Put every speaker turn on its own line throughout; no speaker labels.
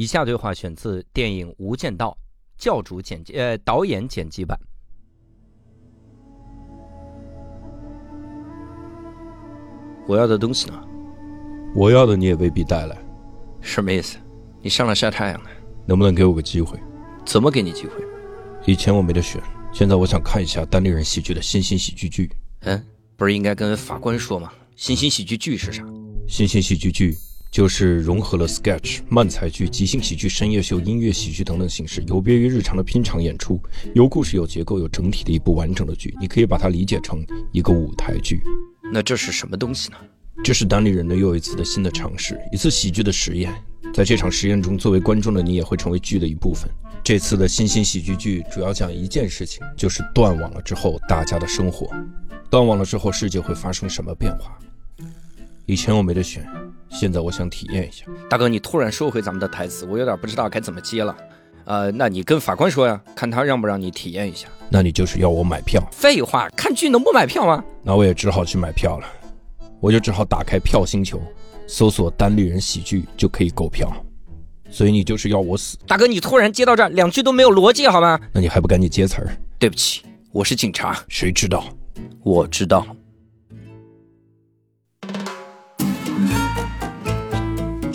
以下对话选自电影《无间道》，教主剪辑呃导演剪辑版。我要的东西呢？
我要的你也未必带来，
什么意思？你上来晒太阳呢？
能不能给我个机会？
怎么给你机会？
以前我没得选，现在我想看一下单立人喜剧的新兴喜剧剧。
嗯，不是应该跟法官说吗？新兴喜剧剧是啥？
新兴喜剧剧就是融合了 sketch、漫才剧、即兴喜剧、深夜秀、音乐喜剧等等形式，有别于日常的拼场演出，有故事、有结构、有整体的一部完整的剧。你可以把它理解成一个舞台剧。
那这是什么东西呢？
这是单立人的又一次的新的尝试，一次喜剧的实验。在这场实验中，作为观众的你也会成为剧的一部分。这次的新兴喜剧剧主要讲一件事情，就是断网了之后大家的生活，断网了之后世界会发生什么变化。以前我没得选，现在我想体验一下。
大哥，你突然说回咱们的台词，我有点不知道该怎么接了。呃，那你跟法官说呀，看他让不让你体验一下。
那你就是要我买票，
废话，看剧能不买票吗？
那我也只好去买票了。我就只好打开票星球，搜索单立人喜剧就可以购票。所以你就是要我死，
大哥，你突然接到这儿，两句都没有逻辑好吗？
那你还不赶紧接词儿？
对不起，我是警察，
谁知道？
我知道。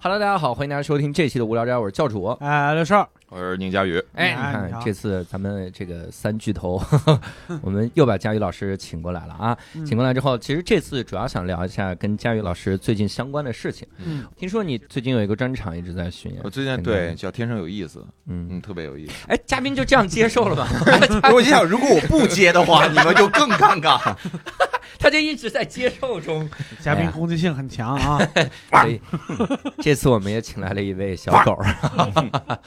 Hello，大家好，欢迎大家收听这期的无聊斋，我是教主。
哎，刘少，
我是宁佳宇，
哎，你
哎你
看
好
这次咱们这个三巨头， 我们又把佳宇老师请过来了啊！请过来之后，其实这次主要想聊一下跟佳宇老师最近相关的事情。
嗯，
听说你最近有一个专场一直在巡演
哦我，最近
嗯
对叫《天生有意思》，
嗯，
嗯，特别有意思。
哎，嘉宾就这样接受了吗？
我心想，如果我不接的话，你们就更尴尬。
他就一直在接受中。
嘉宾攻击性很强啊！
所以这次我们也请来了一位小狗儿，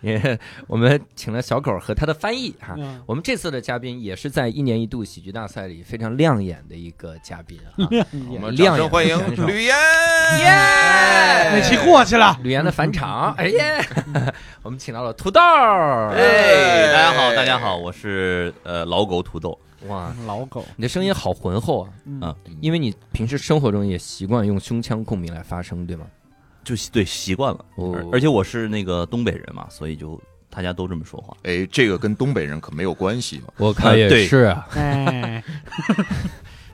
也我们请了小狗儿和他的翻译哈。
嗯
我们这次的嘉宾也是在一年一度喜剧大赛里非常亮眼的一个嘉宾啊，
我们掌
亮眼
声欢迎
选手
吕岩，哎
那期
耶！
过去了，
吕岩的 返场，哎耶！ 我们请到了土豆儿，
哎，大家好，大家好，我是呃老狗土豆，
哇，
老狗，
你的声音好浑厚啊！
嗯
啊，
因为你平时生活中也习惯用胸腔共鸣来发声，对吗？
就是对习惯了，
哦
而而且我是那个东北人嘛，所以就大家都这么说话。
哎，这个跟东北人可没有关系嘛。
我
看也
是啊，
哎，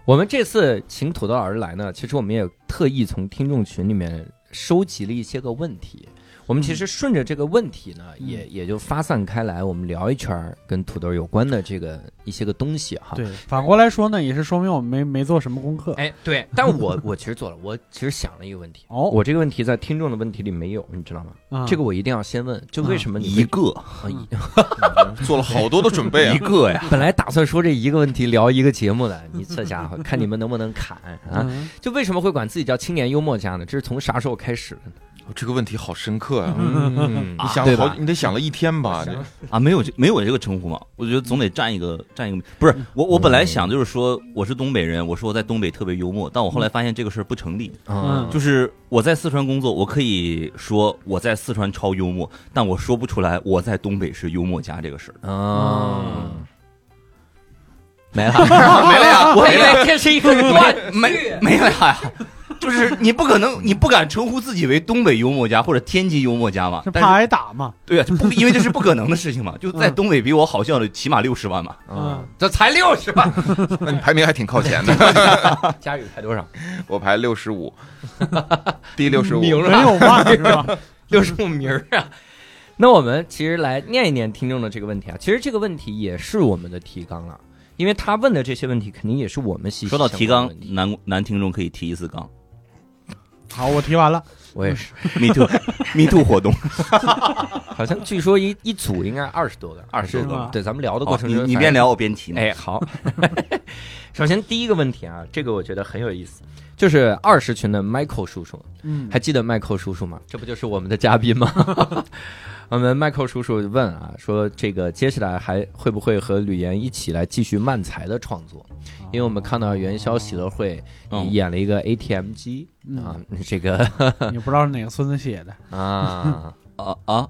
我们这次请土豆老师来呢，其实我们也特意从听众群里面收集了一些个问题。我们其实顺着这个问题呢，
嗯
也也就发散开来，我们聊一圈儿跟土豆有关的这个一些个东西哈。
对，反过来说呢，也是说明我们没没做什么功课。
哎， 对，但我我其实做了，我其实想了一个问题，
哦，
我这个问题在听众的问题里没有，你知道吗？
啊
这个我一定要先问，就为什么你会
一个
啊一
做了好多的准备啊
一，个呀，
本来打算说这一个问题聊一个节目 的，你这家伙看你们能不能砍啊？
嗯
就为什么会管自己叫青年幽默家呢？这是从啥时候开始的呢？
这个问题好深刻啊！
嗯
你
对
想
吧
好，你得想了一天吧？这
啊，没有这没有我这个称呼嘛，我觉得总得占一个占一个，不是我我本来想就是说我是东北人，我说我在东北特别幽默，但我后来发现这个事儿不成立，
嗯，
就是我在四川工作，我可以说我在四川超幽默，但我说不出来我在东北是幽默家这个事儿，
哦，
没了没了呀，我以为
这是一个段子
没没了呀，就是你不可能，你不敢称呼自己为东北幽默家或者天津幽默家嘛
是？
但
怕
是
挨打嘛？
对啊，这不因为这是不可能的事情嘛。就在东北比我好笑的起码六十万嘛。
嗯
嗯，
这才六十万，
那你排名还挺靠前的，
佳宇排多少？
我排六十五，第六十五。
明
人有望是吧？
六十五名儿啊。那我们其实来念一念听众的这个问题啊，其实这个问题也是我们的提纲了，因为他问的这些问题肯定也是我们息息
说到
相
提
关的
纲
问，题
男男听众可以提一次纲
好，我提完了。
我也是，
，me too me too 活动。
好像据说一 一组应该二十多个，
20
多个
对，咱们聊的过
好
程
哦你
中，
你边聊我边提嘛。
哎，好。 首先第一个问题啊，这个我觉得很有意思，就是二十群的 Michael 叔叔，
嗯，
还记得 Michael 叔叔吗？这不就是我们的嘉宾吗？ 我们 Michael 叔叔问啊，说这个接下来还会不会和吕岩一起来继续漫才的创作？因为我们看到元宵喜乐会
嗯
你演了一个 ATM 机、
嗯
啊，这个
你不知道是哪个孙子写的，
啊，
啊啊，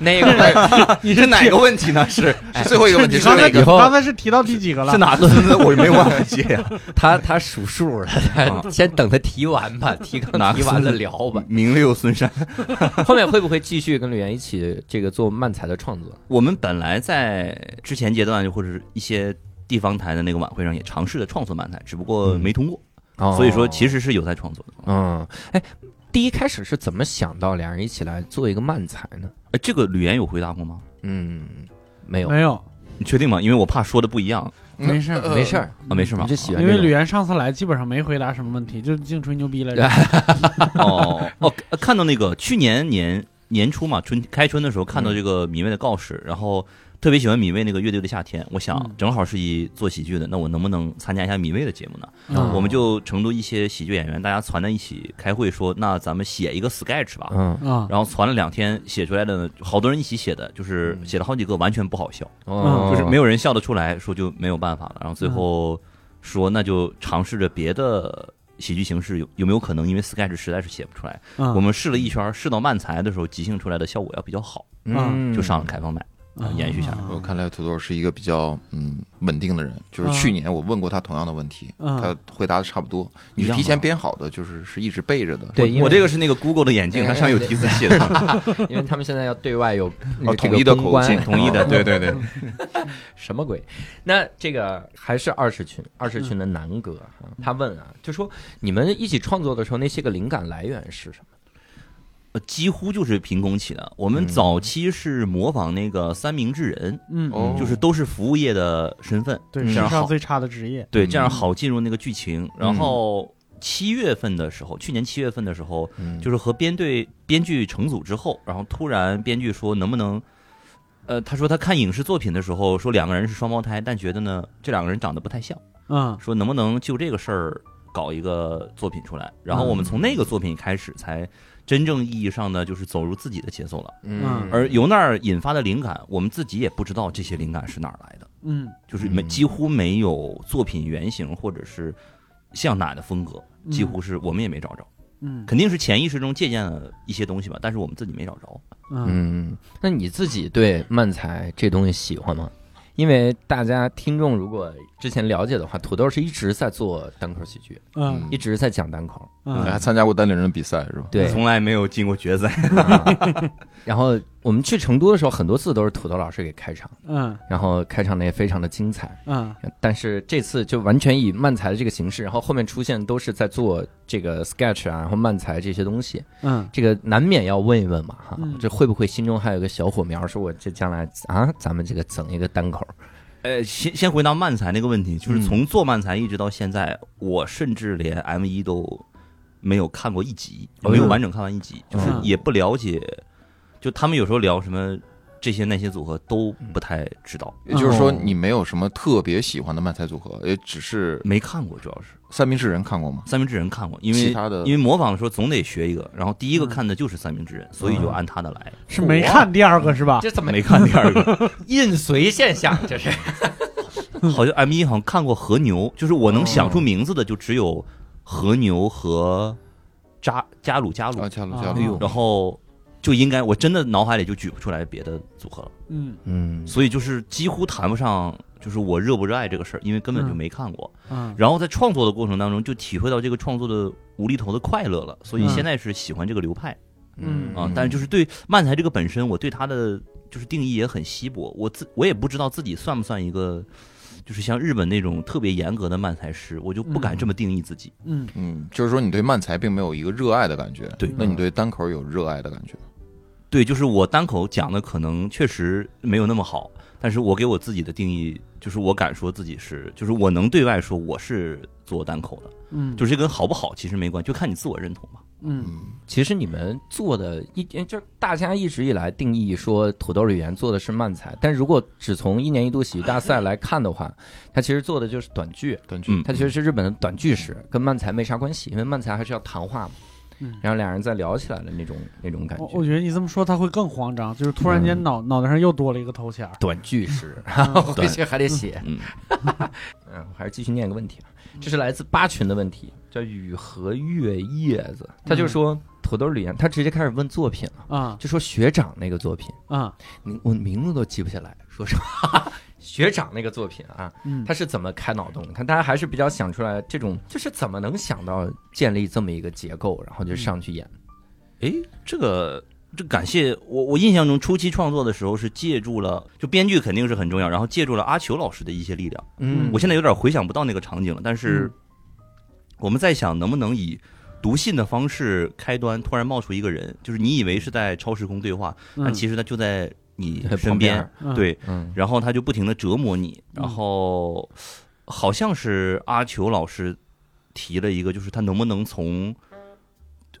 那个
你是哪个问题呢？是是哎最后一个问题，
你
是
刚
哪
才
个？
后
刚才是提到第几个了？
是哪个？我没有办法接 呀。
他他数数了，他先等他提完吧， 提
哪
纲
个
提完了聊吧。
名利又孙山。
后面会不会继续跟吕岩一起这个做漫才的创作？
我们本来在之前阶段，就或者是一些地方台的那个晚会上，也尝试了创作漫才，只不过没通过。所以说，其
实
实是有在创作的。
嗯，哎，第一开始是怎么想到两人一起来做一个漫才呢？
哎，这个吕岩有回答过吗？
嗯，没有，
没有，
你确定吗？因为我怕说的不一样啊，
嗯
没事儿，
呃
没事儿，
没事
你
吗？
就喜欢
因为
这种
吕岩上次来基本上没回答什么问题，就净吹牛逼 来着。
哦哦，呃看到那个去年年年初嘛，春开春的时候看到这个米未的告示，然后特别喜欢米未那个乐队的夏天，我想
嗯
正好是以做喜剧的，那我能不能参加一下米未的节目呢？
嗯
我们就成都一些喜剧演员，大家攒在一起开会说，那咱们写一个 sketch 吧。
嗯
啊，
然后攒了两天，写出来的呢好多人一起写的，就是写了好几个，完全不好笑，
嗯哦
嗯
嗯
就是没有人笑得出来，说就没有办法了。然后最后说，那就尝试着别的喜剧形式，有有没有可能？因为 sketch 实在是写不出来，
嗯
我们试了一圈儿，试到慢才的时候，即兴出来的效果要比较好，
嗯
啊就上了开放麦，
啊
延续下来。
我看来土豆是一个比较嗯稳定的人，就是
啊
去年我问过他同样的问题，
嗯
他回答的差不多。你
一
是
样
提前
吗
编好的，就是是一直背着的。
对，因为
我这个是那个 Google 的眼镜，它上面有提词器的，
因为他们现在要对外 有
哦，
这个
统一的
公
口
关
径，
统一的
哦对对对，
什么鬼？那这个还是二十群，二
嗯
十群的南哥哈，他问啊，就说你们一起创作的时候，那些个灵感来源是什么？
呃几乎就是凭空起的。我
嗯
们早期是模仿那个三明治人，
嗯，
哦
就是都是服务业的身份，
对，
嗯
世
这样
上
好，
最差的职业。
对，这样
嗯
好进入那个剧情。然后七月份的时候，去年七月份的时候，
嗯
就是和编队编剧重组之后，然后突然编剧说能不能，呃，他说他看影视作品的时候说两个人是双胞胎，但觉得呢这两个人长得不太像，
嗯
说能不能就这个事儿搞一个作品出来。然后我们从那个作品开始才真正意义上的就是走入自己的节奏了。
嗯
而由那儿引发的灵感，我们自己也不知道这些灵感是哪儿来的，
嗯
就是没
嗯
几乎没有作品原型或者是像哪的风格，
嗯
几乎是我们也没找着。
嗯
肯定是潜意识中借鉴了一些东西吧，但是我们自己没找着。
嗯
嗯，那你自己对漫才这东西喜欢吗？因为大家听众如果之前了解的话，土豆是一直在做单口喜剧，
嗯
一直在讲单口，
还
嗯，
参加过单立人的比赛是吧？
对。
从来没有进过 决赛。
啊然后我们去成都的时候，很多次都是土豆老师给开场，
嗯
然后开场的也非常的精彩。
嗯
但是这次就完全以漫才的这个形式，然后后面出现都是在做这个 sketch 啊，然后漫才这些东西，
嗯
这个难免要问一问嘛哈，
嗯
这会不会心中还有个小火苗，说我这将来啊，咱们这个整一个单口，
呃，先先回到漫才那个问题，就是
嗯
从做漫才一直到现在，我甚至连 M 一都没有看过一集，
哎呦啊
没有完整看完一集，就是
嗯
也不了解。就他们有时候聊什么这些那些组合都不太知道，
也就是说，
哦
你没有什么特别喜欢的漫才组合，也只是
没看过，主要是
三明治人看过吗？
三明治人看过，因
其
为
他的
因为模仿的时候总得学一个，然后第一个
嗯
看的就是三明治人，所以就按他的来，
是没
啊
看第二个是吧？
这怎么
没看第 二个。
印随现象？这是
好像 M 一好像看过和牛，就是我能想出
哦
名字的就只有和牛和扎加鲁加鲁
啊，，加入
啊
加
哎呦
入，
然后就应该我真的脑海里就举不出来别的组合了，
嗯
嗯
所以就是几乎谈不上就是我热不热爱这个事儿，因为根本就
嗯
没看过。
嗯
然后在创作的过程当中，就体会到这个创作的无厘头的快乐了，所以
嗯
现在是喜欢这个流派
嗯
啊，但是就是对漫才这个本身，我对它的就是定义也很稀薄，我自我也不知道自己算不算一个，就是像日本那种特别严格的漫才师，我就不敢这么定义自己。
嗯
嗯，就是说你对漫才并没有一个热爱的感觉，
对
嗯
那你对单口有热爱的感觉，
对，就是我单口讲的可能确实没有那么好，但是我给我自己的定义就是我敢说自己是，就是我能对外说我是做单口的，
嗯，
就是这跟好不好其实没关系，就看你自我认同嘛。
嗯
嗯，
其实你们做的一就是大家一直以来定义说土豆吕岩做的是漫才，但如果只从一年一度喜剧大赛来看的话，他其实做的就是短剧，
短剧
嗯，
它其实是日本的短剧史，跟漫才没啥关系，因为漫才还是要谈话嘛，
嗯
然后俩人再聊起来的那种那种感
我
觉
我。觉得你这么说他会更慌张，就是突然
嗯
间脑脑袋上又多了一个头衔儿。
短剧史，
嗯
回去还得写。
嗯，
嗯，我还是继续念个问题啊，这是来自八群的问题，叫雨和月叶子，他就说。土豆吕岩，他直接开始问作品了，
啊
就说学长那个作品，
啊
你我名字都记不下来，说实话， 学长那个作品啊，
嗯
他是怎么开脑洞的？看大家还是比较想出来这种，就是怎么能想到建立这么一个结构，然后就上去演。
哎，这个这感谢我，我印象中初期创作的时候是借助了，就编剧肯定是很重要，然后借助了阿球老师的一些力量。
嗯
我现在有点回想不到那个场景了，但
嗯
是我们在想能不能以读信的方式开端，突然冒出一个人，就是你以为是在超时空对话，但其实他就在你
在
身
旁边
边
儿，
嗯
对，
嗯
然后他就不停的折磨你，
嗯
然后好像是阿球老师提了一个，就是他能不能从，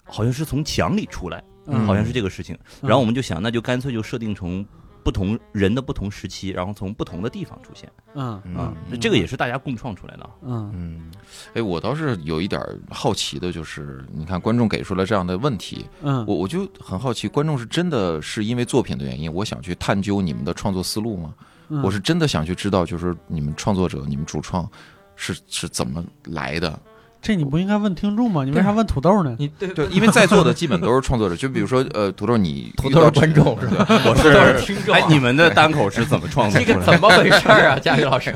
好像是从墙里出来，
嗯
好像是这个事情。
嗯
然后我们就想，那就干脆就设定成不同人的不同时期，然后从不同的地方出现
嗯
啊
嗯，
嗯
这个也是大家共创出来的啊。
嗯
嗯
哎，我倒是有一点儿好奇的，就是你看观众给出了这样的问题，
嗯
我我就很好奇，观众是真的是因为作品的原因，我想去探究你们的创作思路吗？
嗯
我是真的想去知道，就是你们创作者、你们主创是是怎么来的？
这你不应该问听众吗？你
啊
为啥问土豆呢？
你 对
对，因为在座的基本都是创作者，就比如说呃，土豆你
土
遇
豆
到
是观众是吧？
我
土
哎
豆是听众啊，
们的单口是怎么 创
这个怎么回事儿啊，佳宇老师？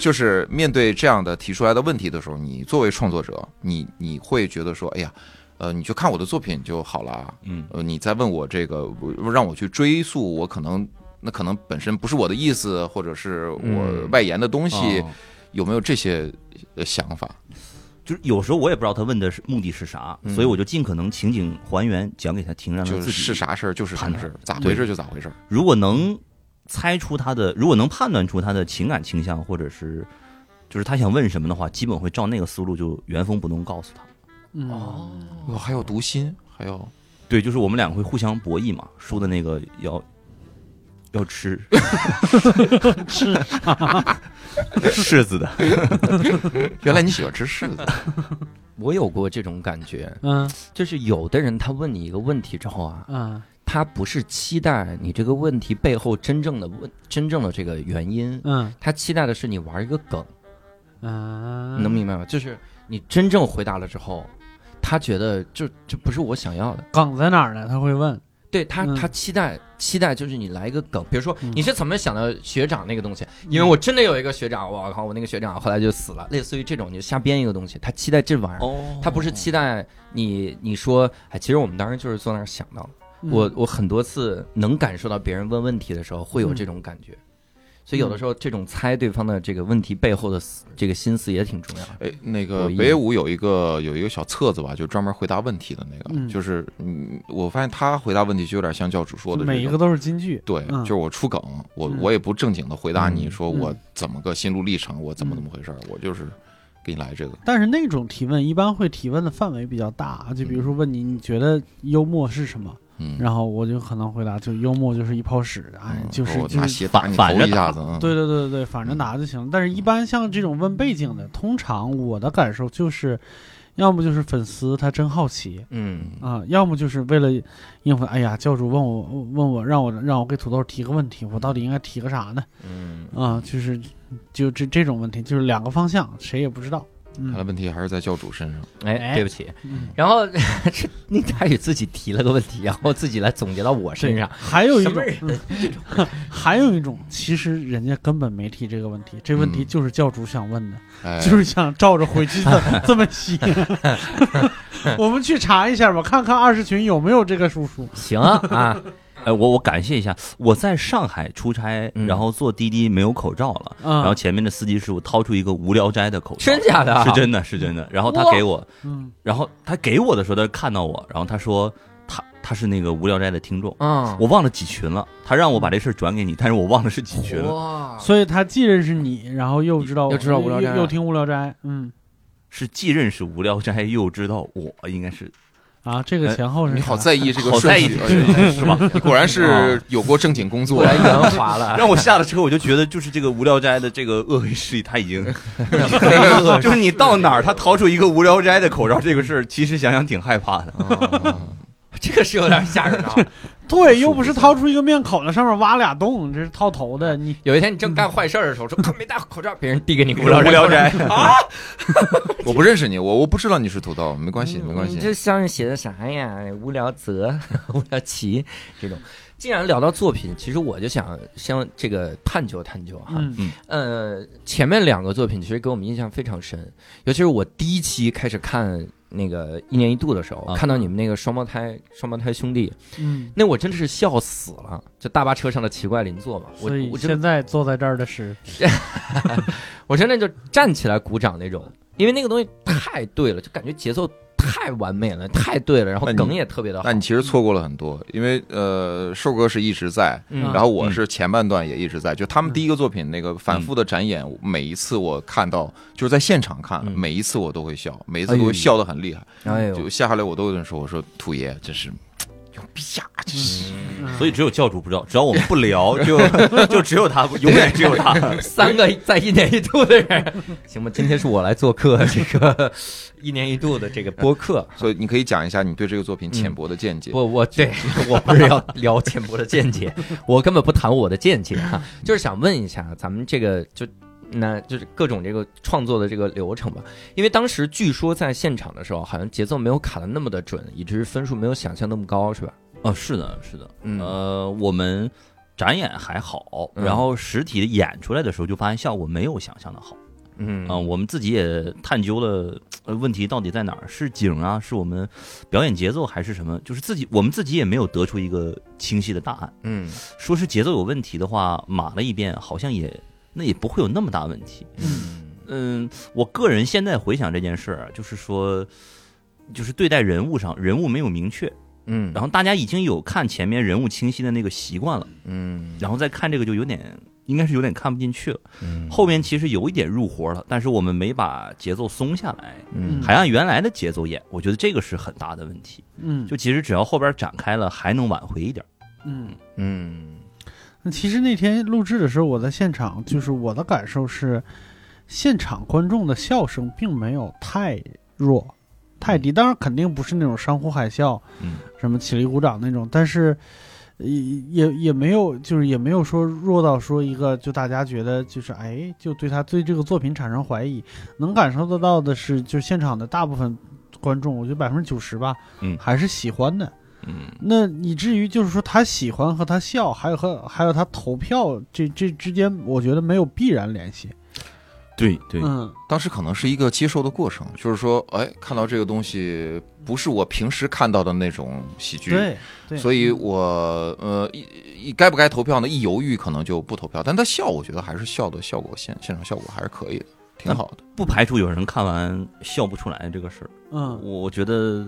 就是面对这样的提出来的问题的时候，你作为创作者，你你会觉得说，哎呀，呃，你就看我的作品就好了啊，
嗯
呃，你再问我这个，我让我去追溯，我可能那可能本身不是我的意思，或者是我
嗯
外延的东西，
哦
有没有这些呃想法？
就是有时候我也不知道他问的是目的是啥，
嗯
所以我就尽可能情景还原，讲给他听，让他
就
自
是
己
是啥事儿就是啥
判
事儿，咋
对
回事就咋回事儿。
如果能猜出他的，如果能判断出他的情感倾向，或者是就是他想问什么的话，基本会照那个思路就原封不动告诉他。
嗯
我还要读心，还要
对，就是我们俩会互相博弈嘛，输的那个要要吃
吃
柿子的。
原来你喜欢吃柿子，
我有过这种感觉，
嗯
就是有的人他问你一个问题之后啊，
嗯
他不是期待你这个问题背后真正的问真正的这个原因，
嗯
他期待的是你玩一个梗，
嗯，
你能明白吗？就是你真正回答了之后，他觉得这这不是我想要的，
梗在哪儿呢？他会问。
对他
嗯
他期待期待就是你来一个梗，比如说
嗯
你是怎么想到学长那个东西？因为我真的有一个学长，我靠，我那个学长后来就死了，类似于这种你就瞎编一个东西，他期待这玩意儿。
哦
他不是期待你，你说，哎，其实我们当时就是坐那儿想到的。
嗯
我我很多次能感受到别人问问题的时候会有
嗯
这种感觉，所以有的时候这种猜对方的这个问题背后的思这个心思也挺重要的。
哎，那个
我一
北野武有一个有一个小册子吧，就专门回答问题的那个，
嗯
就是嗯，我发现他回答问题就有点像教主说的这
每一
种
个都是金句。
对，
嗯
就是我出梗，我
嗯
我也不正经的回答你
嗯
说我怎么个心路历程，我怎么
嗯
怎么回事儿，我就是给你来这个。
但是那种提问一般会提问的范围比较大，啊就比如说问你你觉得幽默是什么，
嗯，
然后我就可能回答就幽默就是一泡屎，哎，
嗯
就是
我
就
拿
是。
鞋打你
反
头一
着
下子，嗯
对对对对对，反正拿就行。但是，一般像这种问背景的，通常我的感受就是，要么就是粉丝他真好奇
嗯，
啊，要么就是为了应付。哎呀，教主问我问我让我让我给土豆提个问题，我到底应该提个啥呢？
嗯，
啊，就是就这这种问题，就是两个方向，谁也不知道。
看来
嗯
问题还是在教主身上。
哎，
哎
对不起，
嗯，
然后 这宁佳宇自己提了个问题，然后自己来总结到我身上，
还有一
啊什
种嗯
么，人？
还有一种，其实人家根本没提这个问题，这问题
嗯
就是教主想问的，
哎，
就是想照着回去的这么写。 我们去查一下吧，看看二十群有没有这个叔叔。
行啊，
哎，我我感谢一下，我在上海出差，
嗯
然后坐滴滴没有口罩了，
嗯，
然后前面的司机师傅掏出一个无聊斋的口罩，
真假的啊？
是啊真的是真的，然后他
哇
给我，
嗯
然后他给我的时候，他看到我，然后他说他他是那个无聊斋的听众，
嗯，
我忘了几群了，他让我把这事儿转给你，但是我忘了是几群了，
哇，
所以他既认识你，然后又知道
又知道无聊斋
又又听无聊斋，嗯
是既认识无聊斋又知道我应该是
啊，这个前后是
你
啥
好在意这个
好在
顺
意啊
序，
这
哎 呀是吧？你果然是有过正经工
果
作
然。圆滑了。
让我下了车，我就觉得就是这个无聊斋的这个恶意势力，他已 经就是你到哪儿，他掏出一个无聊斋的口罩这个事儿，其实想想挺害怕的。
这个是有点吓人啊！
对，又不是掏出一个面口子，上面挖俩洞，这是套头的。你
有一天你正干坏事儿的时 候，说靠没戴口罩，别人递给你
无聊
宅
斋啊！我不认识你，我我不知道你是土豆，没关系，没
嗯
关
你
系。
这上面写的啥呀？无聊泽、 无聊奇这种。既然聊到作品，其实我就想向这个探究探究哈。
嗯
呃，前面两个作品其实给我们印象非常深，尤其是我第一期开始看那个一年一度的时候，
啊
看到你们那个双胞胎双胞胎兄弟，
嗯，
那我真的是笑死了。就大巴车上的奇怪邻座嘛，我
所以
我真的
现在坐在这儿的是，
我真的就站起来鼓掌那种，因为那个东西太对了，就感觉节奏太完美了，太对了，然后
那你
梗也特别的好
那。你其实错过了很多，因为呃，瘦哥是一直在，
嗯
然后我是前半段也一直在，就他们第一个作品那个反复的展演，每一次我看到就是在现场看，
嗯
每一次我都会笑，每一
哎
次
呦
都会笑得很厉害。
哎呦，嗯
就下下来我都有人说，我说土爷真是牛逼呀，真是。
所以只有教主不知道，只要我们不聊， 就就只有他，永远只有他。
三个在一年一度的人， 行吧，今天是我来做客这个 一年一度的这个播客。
所以你可以讲一下你对这个作品浅薄的见解。
我我对 我不是要聊浅薄的见解， 我根本不谈我的见解 哈、就是想问一下咱们这个就那就是各种这个创作的这个流程吧，因为当时据说在现场的时候，好像节奏没有卡的那么的准，以至于分数没有想象那么高，是吧？
哦，是的，是的，
嗯
呃，我们展演还好，
嗯
然后实体演出来的时候就发现效果没有想象的好
嗯
啊、我们自己也探究了呃问题到底在哪儿，是景啊，是我们表演节奏还是什么？就是自己我们自己也没有得出一个清晰的答案。
嗯
说是节奏有问题的话，码了一遍好像也那也不会有那么大问题。
嗯
嗯，我个人现在回想这件事儿啊，就是说，就是对待人物上，人物没有明确，
嗯，
然
后
后大家已经有看前面人物清晰的那个习惯了，
嗯
然后再看这个就有点，应该是有点看不进去了。
嗯
后面其实有一点入活了，但是我们没把节奏松下来，
嗯
还按原来的节奏演，我觉得这个是很大的问题。
嗯，
就其实只要后边展开了，还能挽回一点。
嗯。
嗯
那其实那天录制的时候，我在现场，就是我的感受是，现场观众的笑声并没有太弱、太低，当然肯定不是那种山呼海啸，
嗯
什么起立鼓掌那种，但是也也也没有，就是也没有说弱到说一个就大家觉得就是哎，就对他对这个作品产生怀疑，能感受得到的是，就现场的大部分观众，我觉得百分之九十吧，
嗯
还是喜欢的。
嗯
那以至于就是说，他喜欢和他笑，还有和还有他投票这这之间，我觉得没有必然联系。
对对
嗯
当时可能是一个接受的过程，就是说，哎，看到这个东西不是我平时看到的那种喜剧，
对对，
所以我呃一一该不该投票呢？一犹豫可能就不投票，但他笑，我觉得还是笑的效果现现场效果还是可以的，挺好的。
不排除有人看完笑不出来这个事儿。
嗯
我我觉得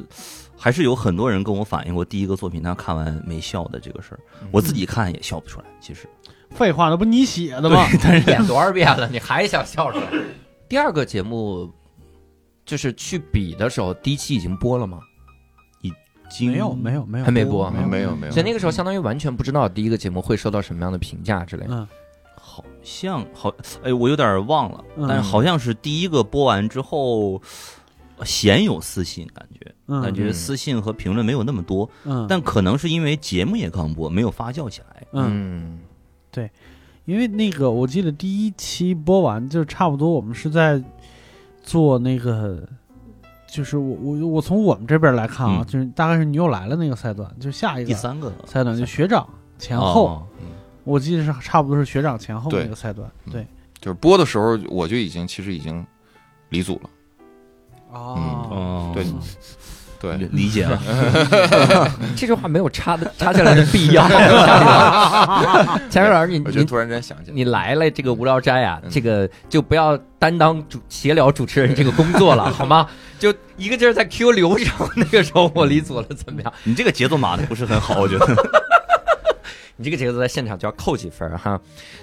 还是有很多人跟我反映过，第一个作品他看完没笑的这个事儿，
嗯
我自己看也笑不出来。其实，
废话，那不你写的吗？
但是演多少遍了，你还想笑出来？ 第二个节目就是去比的时候，第一期已经播了吗？
没有没有没有，
还没播
没有
没有没有
所以那个时候相当于完全不知道第一个节目会受到什么样的评价之类的。
嗯
好像好，哎，我有点忘了，
嗯
但是好像是第一个播完之后，鲜有私信，感觉
嗯，
感觉私信和评论没有那么多，
嗯，
但可能是因为节目也刚播，没有发酵起来。
嗯，
嗯
因为那个我记得第一期播完就差不多，我们是在做那个。就是我我我从我们这边来看啊，
嗯
就是大概是你又来了那个赛段，就下一
第
个
三个
赛段就学长前后，
哦
我记得是差不多是学长前后
对
那个赛段，
嗯
对，
就是播的时候，我就已经其实已经离组了。
哦，
哦，
对
理
对，
理解了，
这句话没有插的插进来的必 要。前面老师，你
我就
你
突然之间想起来，
你来了这个无聊斋啊，
嗯
这个就不要担当主协聊主持人这个工作了，好吗？就一个劲儿在 Q 流程，那个时候我离组了，怎么样？
你这个节奏码的不是很好，我觉得。
你这个节奏在现场就要扣几分儿哈。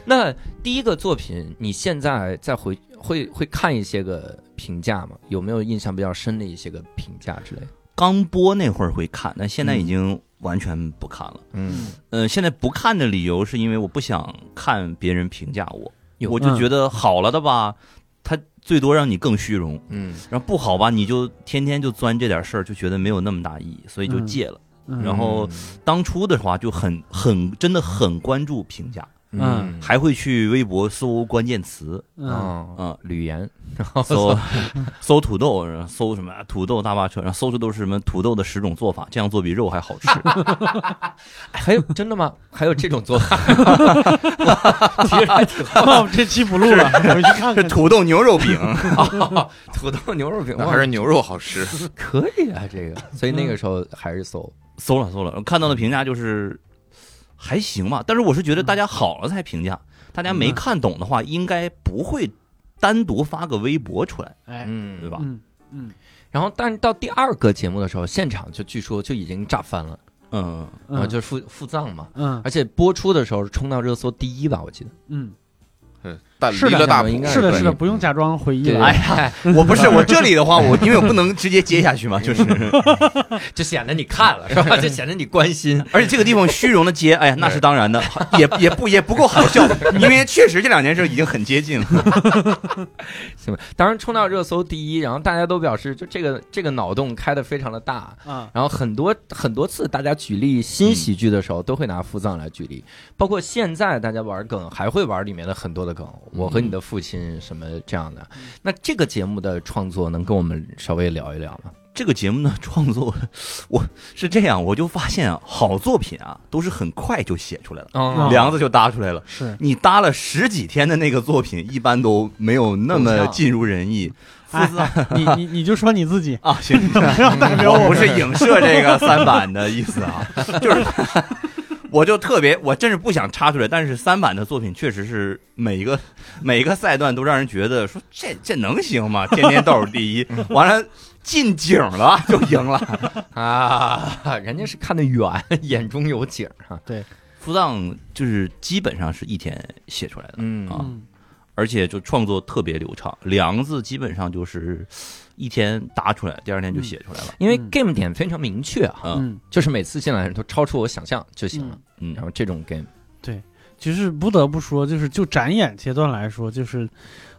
那第一个作品，你现在再回会会看一些个评价吗？有没有印象比较深的一些个评价之类的？
刚播那会儿会看，但现在
嗯
已经完全不看了。
嗯，
呃，现在不看的理由是因为我不想看别人评价我，
有
我就
嗯
觉得好了的吧，他最多让你更虚荣，
嗯
然后不好吧，你就天天就钻这点事儿，就觉得没有那么大意义，所以就戒了。
哦
嗯
然后当初的话就很很真的很关注评价，
嗯
还会去微博搜关键词
嗯
嗯，
啊、
吕岩，
搜搜土豆，然后搜什么啊土豆大巴车，然后搜出都是什么土豆的十种做法，这样做比肉还好吃。
还有真的吗？还有这种做 法？
那我嗯
嗯
们这期不录了，回去看
这
看。
土豆牛肉饼，
土豆牛肉饼
那还是牛肉好吃。
可以啊，这 个。所以那个时候还是搜，
搜了搜了，看到的评价就是还行吧，但是我是觉得大家好了才评价，大家没看懂的话，应该不会单独发个微博出来，
哎，
嗯
对吧？
嗯嗯
然后，但是到第二个节目的时候，现场就据说就已经炸翻了，
嗯，
然后
嗯
就是付付葬嘛，
嗯
而且播出的时候是冲到热搜第一吧，我记得。
嗯，
嗯但
是的
离了大
两个应
谱
该，
是的，
可以
是的，不用假装回忆
对
了。
哎呀，我不是我这里的话，我因为我不能直接接下去嘛，就是，
就显得你看了是 吧？就显得你关 心。
而且这个地方虚荣的接，哎呀，那是当然的，也也不也不够好笑，因为确实这两件事已经很接近了。
行吧，当然冲到热搜第一，然后大家都表示就这个这个脑洞开的非常的大。
啊，
然后很多很多次，大家举例新喜剧的时候，都会拿父葬来举例，包括现在大家玩梗还会玩里面的很多的梗，我和你的父亲什么这样的。那这个节目的创作能跟我们稍微聊一聊吗？
这个节目呢，创作我是这样，我就发现啊，好作品啊，都是很快就写出来了，
啊
哦
梁子就搭出来了。
是
你搭了十几天的那个作品，一般都没有那么尽如人意。
够呛
复
啊
杂
哎你你你就说你自 己，
啊，行，
不要代表
我
我
不是影射这个三板的意思啊， 就是我就特别，我真是不想插出来，但是三板的作品确实是每一个每一个赛段都让人觉得说这这能行吗？天天倒数第 一，完了进井了就赢了。
啊，人家是看得远，眼中有景儿啊哈。
复藏就是基本上是一天写出来的，
嗯
啊
嗯
而且就创作特别流畅。梁子基本上就是一天搭出来，第二天就写出来了。
因为
嗯
game 点非常明确啊，
嗯
就是每次进来都超出我想象就行了
嗯。，
嗯
然后这种 game，
其实不得不说，就是就展演阶段来说，就是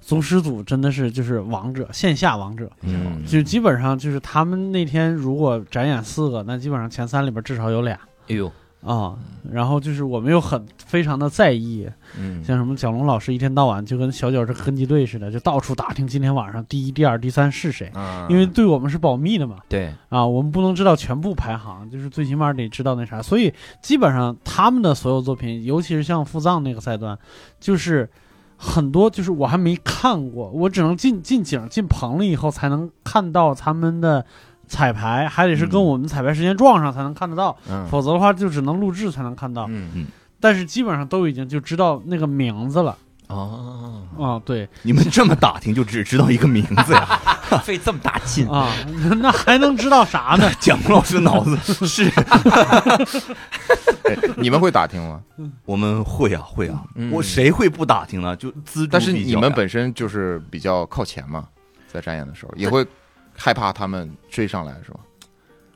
宗师组真的是就是王者，线下王者。
嗯，
就基本上就是他们那天如果展演四个，那基本上前三里边至少有俩
哎呦，
啊、然后就是我们又很非常的在意，
嗯，
像什么小龙老师一天到晚就跟小脚这跟击队似的，就到处打听今天晚上第一、第二、第三是谁，
啊，
因为对我们是保密的嘛。
对，
啊，我们不能知道全部排行，就是最起码得知道那啥。所以基本上他们的所有作品，尤其是像付藏那个赛段，就是很多就是我还没看过，我只能进进景进棚了以后才能看到他们的彩排，还得是跟
嗯
我们彩排时间撞上才能看得到，
嗯
否则的话就只能录制才能看到。
嗯
但是基本上都已经就知道那个名字了
哦，
啊，对
你们这么打听就只知道一个名字 呀？
费这么大劲，
啊， 那还能知道啥呢？
蒋老师脑子 是，
哎你们会打听吗？
我们会啊会啊，
嗯
我谁会不打听呢？就资助比较呀，
但是你们本身就是比较靠前嘛，在展演的时候也会害怕他们追上来，是吧？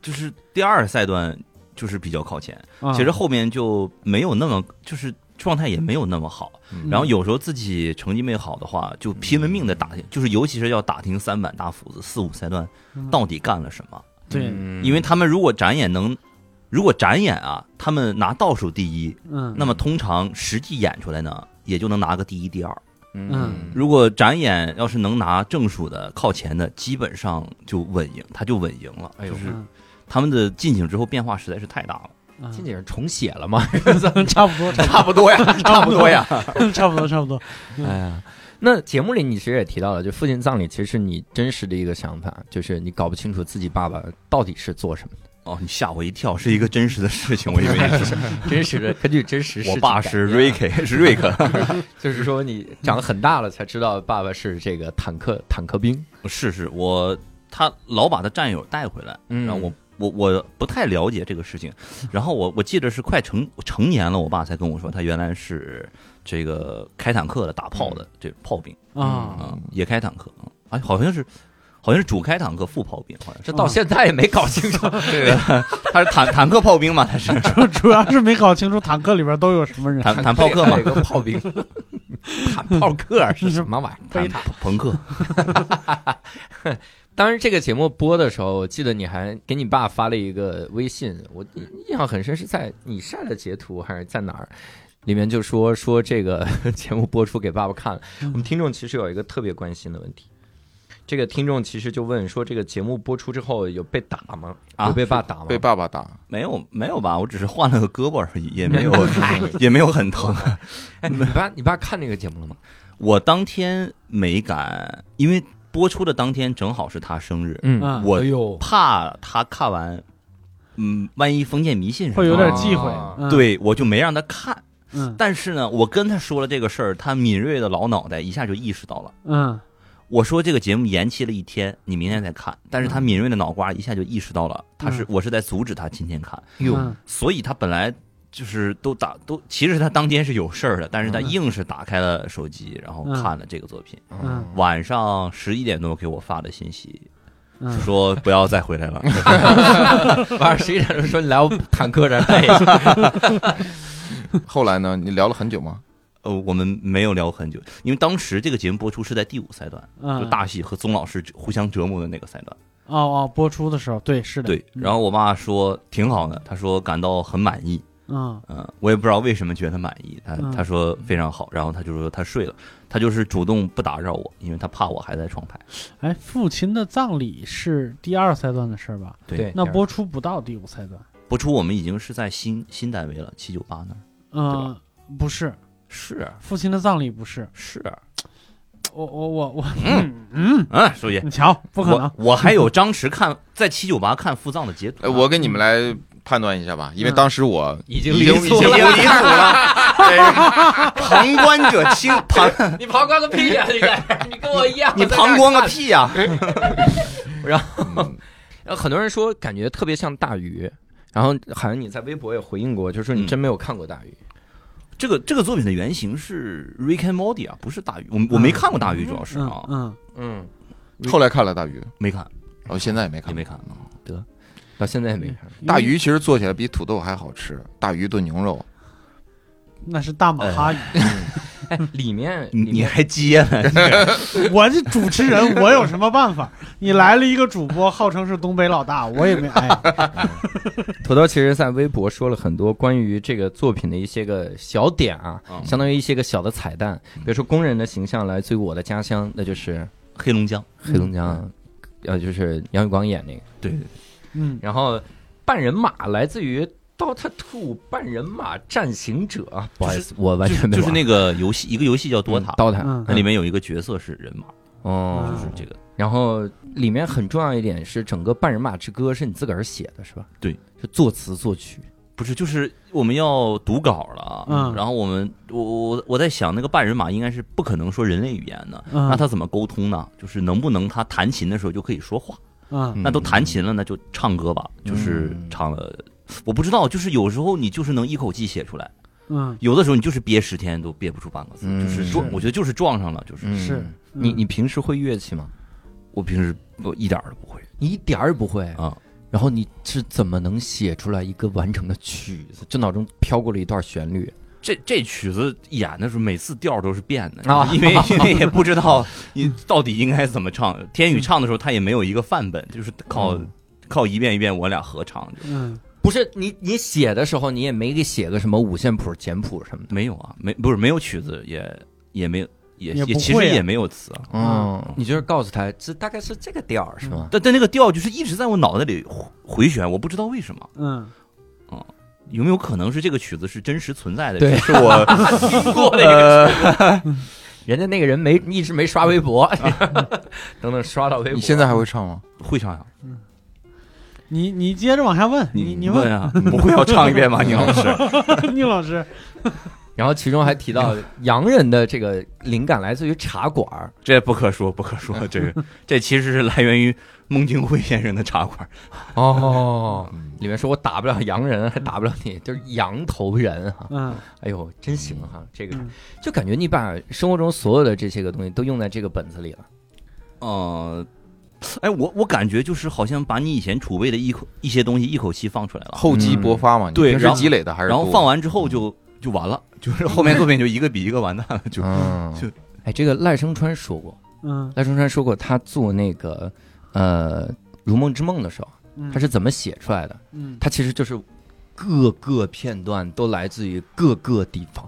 就是第二赛段就是比较靠前，
啊、
其实后面就没有那么就是。状态也没有那么好，
嗯
然后有时候自己成绩没好的话，就拼了命的打听，就是尤其是要打听三板大斧子四五赛段
嗯
到底干了什么，
对，
嗯
因为他们如果展演能，如果展演啊，他们拿倒数第一，
嗯，
那么通常实际演出来呢，也就能拿个第一、第二。
嗯
如果展演要是能拿正数的、靠前的，基本上就稳赢，他就稳赢了。
哎呦
就是
嗯
他们的进景之后变化实在是太大了。
嗯
金姐是重写了吗？
差不多，
差不多呀，差不多呀。
嗯 差不多，差不多。嗯
哎呀，那节目里你其实也提到了，就父亲葬礼其实是你真实的一个想法，就是你搞不清楚自己爸爸到底是做什么
哦，你吓我一跳，是一个真实的事情，我以为你是
的，真实 的根据真实事情
我爸
改
是
编
Rick，是 Rick，
就是说你长很大了才知道爸爸是这个坦克坦克兵，
是是，我他老把他战友带回来，
嗯
然后我我我不太了解这个事情，然后我我记得是快成成年了，我爸才跟我说，他原来是这个开坦克的，打炮的，这炮兵
啊，
啊，也开坦克啊，哎，好像是。好像是主开坦克，副炮兵，好像是
这到现在也没搞清楚。
这个，他是坦坦克炮兵嘛，他是
主 主要是没搞清楚坦克里边都有什么人。
坦坦炮客嘛
还有，一个炮兵，
啊
坦炮客是什么玩意儿？
坦朋克，
当时这个节目播的时候，我记得你还给你爸发了一个微信，我印印象很深，是在你晒的截图还是在哪儿？里面就说说这个 节目播出给爸爸看了。我们听众其实有一个特别关心的问题，这个听众其实就问说，这个节目播出之后有被打吗？
啊
有被爸打吗？
被爸爸打，
没有没有吧，我只是换了个胳膊而已，也没有也没有很疼。
哎，你爸你爸看那个节目了吗？
我当天没敢，因为播出的当天正好是他生日，
嗯
啊，
我
哎呦，
怕他看完，嗯，万一封建迷信什么
会有
的
点忌讳
啊。
嗯，
对我就没让他看。
嗯
但是呢，我跟他说了这个事儿，他敏锐的老脑袋一下就意识到了。
嗯
我说这个节目延期了一天，你明天再看。但是他敏锐的脑瓜一下就意识到了，他是
嗯
我是在阻止他今天看，
哎
嗯
所以他本来就是都打都，其实他当天是有事儿的，但是他
嗯
硬是打开了手机，然后看了这个作品。
嗯
晚上十一点多给我发的信息，
嗯，
说不要再 回来了。
晚上十一点钟说你来我坦克这儿待一下。
后来呢？你聊了很久吗？
呃，我们没有聊很久，因为当时这个节目播出是在第五赛段，就
嗯
大喜和宗老师互相折磨的那个赛段。
哦哦，播出的时候，对，是的，
对，
嗯
然后我妈说挺好的，她说感到很满意。
嗯
嗯，我也不知道为什么觉得满意，她
嗯
她说非常好，然后她就说她睡了，她就是主动不打扰我，因为她怕我还在床牌。
哎，父亲的葬礼是第二赛段的事儿吧？
对
那播出不到第五赛段，
播出我们已经是在新新单位了，七九八那儿。
嗯，不是，
是
啊
父亲的葬礼不是，
是，
我我我我，
嗯
嗯，
嗯，书记，
你瞧，不可能，
我我还有张弛看 在七九八看腹藏的截图
哎，我给你们来判断一下吧，
嗯
因为当时我
已经
已经
离组
已经
了
离
离谱 了，旁观者清， 旁
你膀胱个屁呀、你个，你跟我一样，
你
我在这儿
膀胱个
看！
屁啊呀、
嗯
呃很多人说感觉特别像大鱼，然后好像你在微博也回应过，就
嗯
说你真没有看过大鱼。
这个这个作品的原型是 Rick and Morty 啊，不是大鱼。我我没看过大鱼，主要是啊
嗯，嗯，
嗯，
后来看了大鱼，
没看，
我现在也没
也
看。
没看。嗯
到现在也没看。
嗯
大鱼其实做起来比土豆还好吃，大鱼炖牛肉，
那是大马哈语，
哎，里面
嗯你
里
你
面
还接呢？
我这主持人，我有什么办法？你来了一个主播，号称是东北老大，我也没哎，
土豆其实在微博说了很多关于这个作品的一些个小点啊，
嗯
相当于一些个小的彩蛋，比如说工人的形象来自于我的家乡，那就是
黑龙江，
黑龙江，
嗯
呃，就是杨宇光演那个，
对对，
嗯
然后半人马来自于。Dota Two 半人马战行者，不好意思，我完全没
就是
玩
那个游戏，一个游戏叫多塔，
Dota，
嗯
那里面有一嗯个角色是人马，
哦，
就是这个。
然后里面很重要一点是，整个《半人马之歌》是你自个儿写的，是吧？
对，
是作词作曲。
不是，就是我们要读稿了，啊
嗯
然后我们，我我我在想，那个半人马应该是不可能说人类语言的，
嗯
那他怎么沟通呢？就是能不能他弹琴的时候就可以说话？
嗯
那都弹琴了，那就唱歌吧，就是唱了。我不知道，就是有时候你就是能一口气写出来，
嗯
有的时候你就是憋十天都憋不出半个字，
嗯
就是撞，
是
我觉得就是撞上了，就是、
是，
你
嗯
你平时会乐器吗？
我平时我一点儿都不会
你一点儿也不会
啊。
然后你是怎么能写出来一个完整的曲子？就脑中飘过了一段旋律，
这这曲子演的时候，每次调都是变的，
啊
因为因为也不知道你到底应该怎么
嗯
唱。天宇唱的时候，他也没有一个范本，就是靠、靠一遍一遍我俩合唱，就
嗯
不是你你写的时候，你也没给写个什么五线谱、简谱什么的。
没有啊，没不是没有曲子，也也没有也
也不会啊
其实也没有词啊。
嗯，你就是告诉他，这大概是这个调儿，是吗？
但但那个调就是一直在我脑袋里回回旋，我不知道为什么。
嗯
有没有可能是这个曲子是真实存在的？
对
这是我 听 过的一个曲子。
人家那个人没一直没刷微 博，等等刷到微博。
你现在还会唱吗？
会唱呀？
你你接着往下问，你
你
问
啊？ 不会要唱一遍吗？宁 老师？
宁老师，
然后其中还提到洋人的这个灵感来自于茶馆儿，
这不可说，不可说。这个这其实是来源于孟京辉先生的茶馆。
哦
嗯，
里面说我打不了洋人，还打不了你，就是洋头人哈、
嗯
哎呦，真行哈、这个
嗯
就感觉你把生活中所有的这些个东西都用在这个本子里了。
呃，哎，我我感觉就是好像把你以前储备的一口一些东西一口气放出来了，
厚积薄发嘛，你
嗯对
平时
然后
积累的还是
然后
多
放完之后就就完了，就是后面作品就一个比一个完蛋了，就
嗯
就，
哎，这个赖声川说过，
嗯
赖声川说过，他做那个呃《如梦之梦》的时候，
嗯
它是怎么写出来的？
嗯
它其实就是各个片段都来自于各个地方。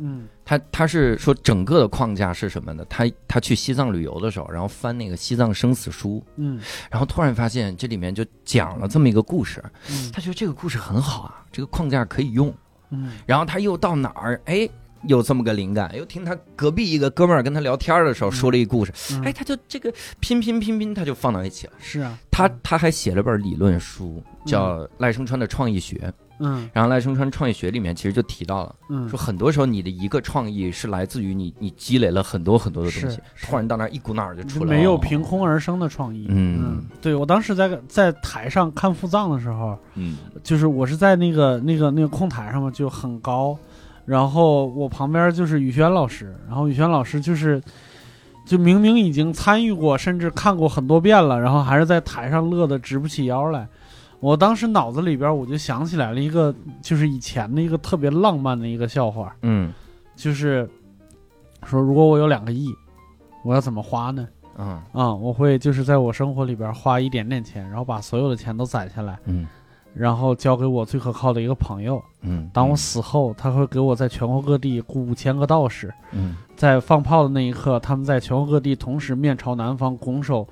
嗯
他他是说整个的框架是什么呢？他他去西藏旅游的时候，然后翻那个西藏生死书，
嗯
然后突然发现这里面就讲了这么一个故事，
嗯
他觉得这个故事很好啊，这个框架可以用。
嗯
然后他又到哪儿，哎，有这么个灵感，又听他隔壁一个哥们儿跟他聊天的时候说了一故事，
嗯
哎，他就这个拼拼拼拼，他就放到一起了。
是啊，
他他还写了本理论书，叫《赖声川的创意学》，
嗯
然后《赖声川创意学》里面其实就提到了。
嗯
说很多时候你的一个创意是来自于你你积累了很多很多的东
是
西，突然到那儿一股脑儿就出来了。
没有凭空而生的创意。
嗯
对我当时在在台上看腹藏的时候，
嗯，
就是我是在那个那个那个空台上嘛，就很高，然后我旁边就是宇轩老师，然后宇轩老师就是。就明明已经参与过，甚至看过很多遍了，然后还是在台上乐得直不起腰来。我当时脑子里边我就想起来了一个，就是以前的一个特别浪漫的一个笑话，
嗯
就是说，如果我有两个亿，我要怎么花呢？
嗯
啊、我会就是在我生活里边花一点点钱，然后把所有的钱都攒下来，
嗯
然后交给我最可靠的一个朋友。
嗯，
当我死后，他会给我在全国各地雇五千个道士，
嗯
在放炮的那一刻，他们在全国各地同时面朝南方，拱手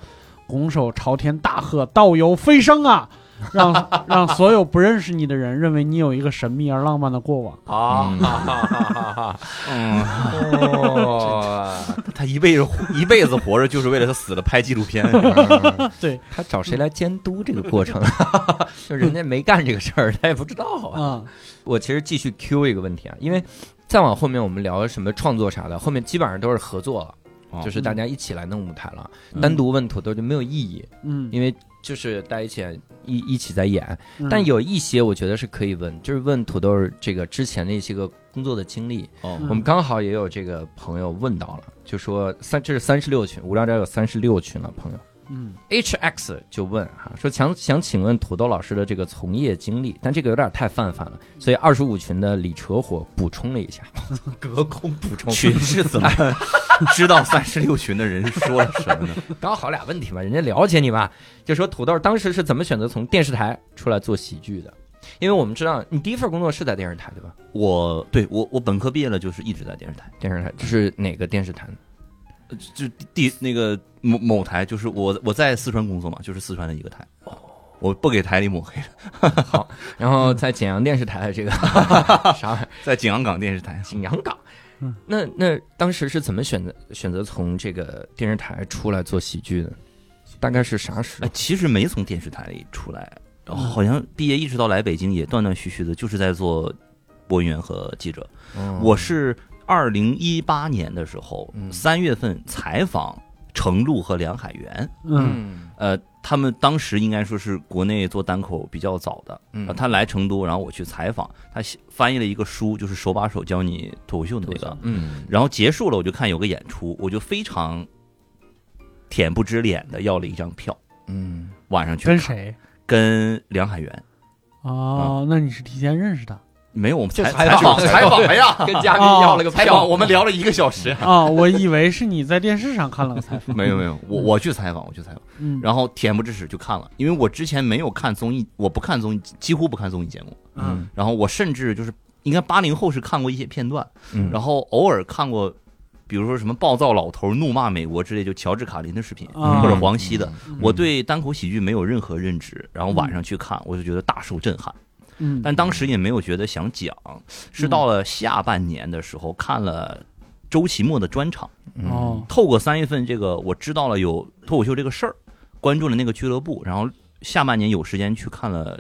拱手朝天大喝：“道友飞升啊！”让 让所有不认识你的人认为你有一个神秘而浪漫的过往。
啊
嗯
哈哈哈
啊
哈！
嗯，
哦，
他一辈子活一辈子活着就是为了他死了拍纪录 片，
对
他找谁来监督这个过程？ 就人家没干这个事儿，他也不知道啊。
啊，
我其实继续 Q 一个问题啊，因为再往后面我们聊什么创作啥的，后面基本上都是合作了。
哦
就是大家一起来弄舞台了，单独问土豆就没有意义，
嗯，
因为就是大家一起一一起在演，
嗯
但有一些我觉得是可以问，就是问土豆儿这个之前的一些个工作的经历。
哦
我们刚好也有这个朋友问到了，就说三这是三十六群，无聊斋有三十六群了，朋友。
嗯
H X 就问哈、说想想请问土豆老师的这个从业经历，但这个有点太泛泛了，所以二十五群的李扯火补充了一下， 隔空补充，
群是怎么 知道三十六群的人说了什么呢？
刚好俩问题嘛，人家了解你吧，就说土豆当时是怎么选择从电视台出来做喜剧的，因为我们知道你第一份工作是在电视台对吧？
我对我我本科毕业了，就是一直在电视台，
电视台，这是哪个电视台呢？
呃就第那个某某台，就是我我在四川工作嘛，就是四川的一个台。我不给台里抹黑，
然后在简阳电视台的 这个啥玩意儿，
在景阳冈电视台。
景阳冈
嗯。
那那当时是怎么选择选择从这个电视台出来做喜剧的？大概是啥时
哎
候，？
其实没从电视台里出来，然后好像毕业一直到来北京，也断断续续的，就是在做播音员和记者。
嗯
我是二零一八年的时候
嗯
三月份采访程璐和梁海源，
嗯
嗯
呃，他们当时应该说是国内做单口比较早的。
嗯
呃他来成都，然后我去采访，他写翻译了一个书，就是手把手教你脱口秀的那个。
嗯
然后结束了，我就看有个演出，我就非常恬不知脸的要了一张票，
嗯
晚上去
跟
看
谁？
跟梁海源。
啊
哦，那你是提前认识的
没有，我们采哦
采访采访哎呀，
跟嘉
宾要了
个
采 访我们聊了一个小时，
啊、我以为是你在电视上看了个采访。
没有没有，我我去采访，我去采访，
嗯，
然后恬不知耻就看了，因为我之前没有看综艺，我不看综艺，几乎不看综艺节目，
啊
嗯
然后我甚至就是应该八零后是看过一些片段，
嗯，
然后偶尔看过，比如说什么暴躁老头怒骂美国之类，就乔治卡林的视频
啊
或者黄西的，
嗯
我对单口喜剧没有任何认知，然后晚上去看，我就觉得大受震撼。
嗯，
但当时也没有觉得想讲，是到了下半年的时候看了周奇墨的专场，
嗯
哦，
透过三月份这个我知道了有脱口秀这个事儿，关注了那个俱乐部，然后下半年有时间去看了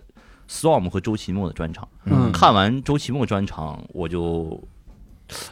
Storm 和周奇墨的专场。
嗯
看完周奇墨专场，我就，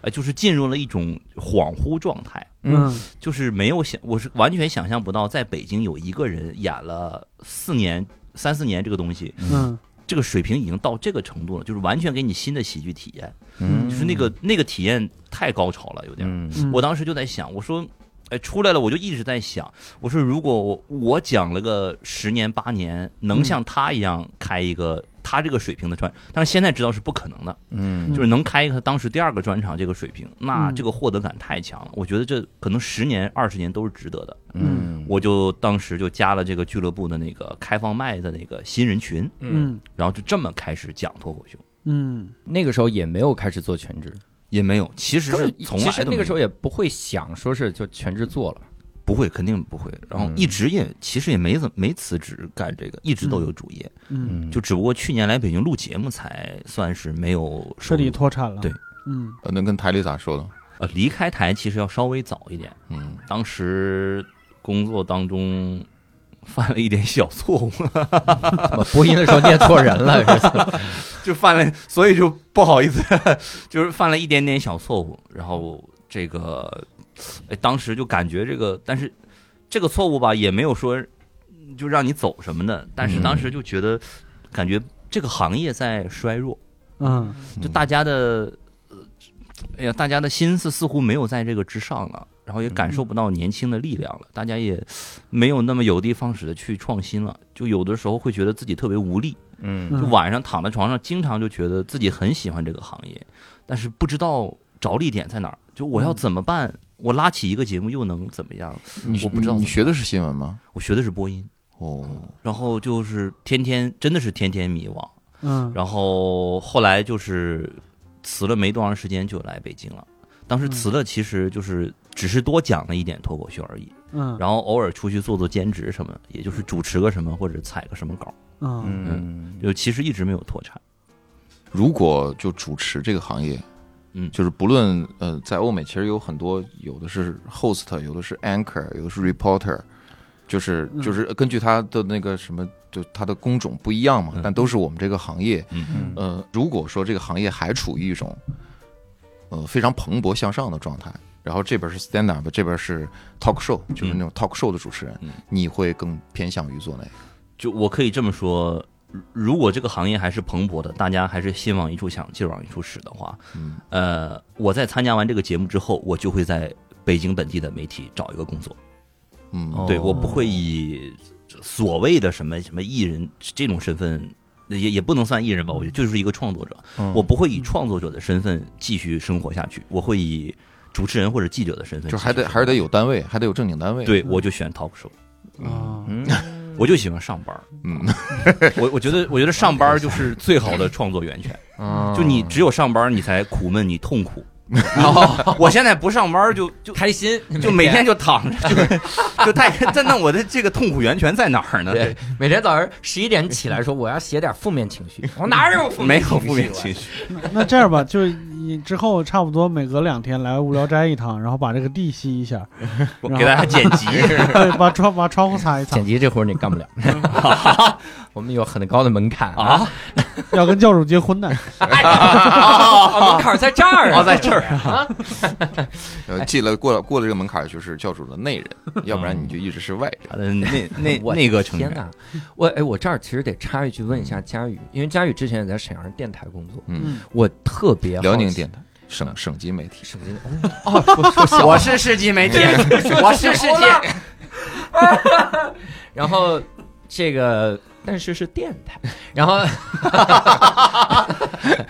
哎，就是进入了一种恍惚状态，
嗯
就是没有想，我是完全想象不到，在北京有一个人演了四年、三四年这个东西，
嗯
这个水平已经到这个程度了，就是完全给你新的喜剧体验，
嗯
就是那个那个体验太高潮了，有点。
嗯
嗯，
我当时就在想，我说哎，出来了，我就一直在想，我说如果我我讲了个十年八年，能像他一样开一个他这个水平的专，但是现在知道是不可能的，
嗯
就是能开一个他当时第二个专场这个水平，那
嗯
这个获得感太强了，我觉得这可能十年二十年都是值得的。
嗯，
我就当时就加了这个俱乐部的那个开放麦的那个新人群，
嗯
然后就这么开始讲脱口秀，
嗯
那个时候也没有开始做全职，
也没有，其实是从
其
来
实
都
那
没
个
有
时候也不会想说是就全职做了。
不会，肯定不会。然后
嗯
一直也其实也没怎么没辞职干这个，一直都有主业，
嗯，
就只不过去年来北京录节目才算是没有
彻
收
底
入。
脱产了。
对，
嗯
呃能跟台里咋说的？
呃，离开台其实要稍微早一点，
嗯，
当时工作当中 犯了一点小错误，
我播音的时候念错人 了，是吧
就犯了，所以就不好意思， 就是犯了一点点小错误。然后这个，哎，当时就感觉这个，但是这个错误吧，也没有说嗯就让你走什么的，但是
嗯
当时就觉得，感觉这个行业在衰弱，
嗯
就大家的，呃哎呀，大家的心思似乎没有在这个之上了。然后也感受不到年轻的力量了，大家也没有那么有的放矢的去创新了，就有的时候会觉得自己特别无力，
嗯
就
嗯
晚上躺在床上，经常就觉得自己很喜欢这个行业，但是不知道着力点在哪儿。就我要
嗯
怎么办？我拉起一个节目又能怎么样？
你
我不知道
你你
怎么
学的是新闻吗？
我学的是播音，
哦，
然后就是天天真的是天天迷惘，
嗯
然后后来就是辞了没多长时间就来北京了。
嗯
当时辞了，其实就是只是多讲了一点脱口秀而已，
嗯
然后偶尔出去做做兼职什么，也就是主持个什么或者采个什么稿，
嗯
嗯就其实一直没有脱产。
如果就主持这个行业，
嗯
就是不论呃，在欧美其实有很多，有的是 host，有的是 anchor，有的是 reporter，就是
嗯
就是根据他的那个什么，就他的工种不一样嘛
嗯，
但都是我们这个行业。
嗯
呃，如果说这个行业还处于一种呃非常蓬勃向上的状态，然后这边是 stand up，这边是 talk show，就是那种 talk show 的主持人，
嗯
你会更偏向于做哪个？
就我可以这么说，如如果这个行业还是蓬勃的，大家还是心往一处想，劲往一处使的话，
嗯
呃，我在参加完这个节目之后，我就会在北京本地的媒体找一个工作。
嗯，
哦
对我不会以所谓的什么什么艺人这种身份。也也不能算艺人吧，我觉得就是一个创作者。
嗯
我不会以创作者的身份继续生活下去，我会以主持人或者记者的身份
就
继续生活。
还得还是得有单位，还得有正经单位。
对，我就选 talk show，嗯
啊
我就喜欢上班儿。啊
嗯，
我我觉得我觉得上班儿就是最好的创作源泉。
嗯，
就你只有上班，你才苦闷，你 痛苦。我现在不上班就就
开心，
就每天就躺着，就就太真的我的这个痛苦源泉在哪儿呢？
对，每天早上十一点起来说我要写点负面情 绪，我哦哪有负
没
面
有
情绪啊
负面情绪，
那这样吧，就是你之后差不多每隔两天来无聊斋一趟，然后把这个地吸一 下，
我给大家剪辑。
对，把窗把窗户擦一擦
剪，辑这活儿你干不了，我们有很高的门槛 啊！
要跟教主结 婚的。
啊，门槛在这儿啊，在这儿啊！
呃，进了过了过了这个门槛，就是教主的内人， 要不然你就一直是外人。
他的呃那 那
我
那个成
天
员，
哪，我哎，我这儿其实得插一句，问一下佳宇，因为佳宇之前也在沈阳电台工作，
嗯，
我特别好奇
辽宁电台省省级媒体，
省级哦，说说小
我是世纪媒 体，我是世纪，
然后这个但是是电台，然后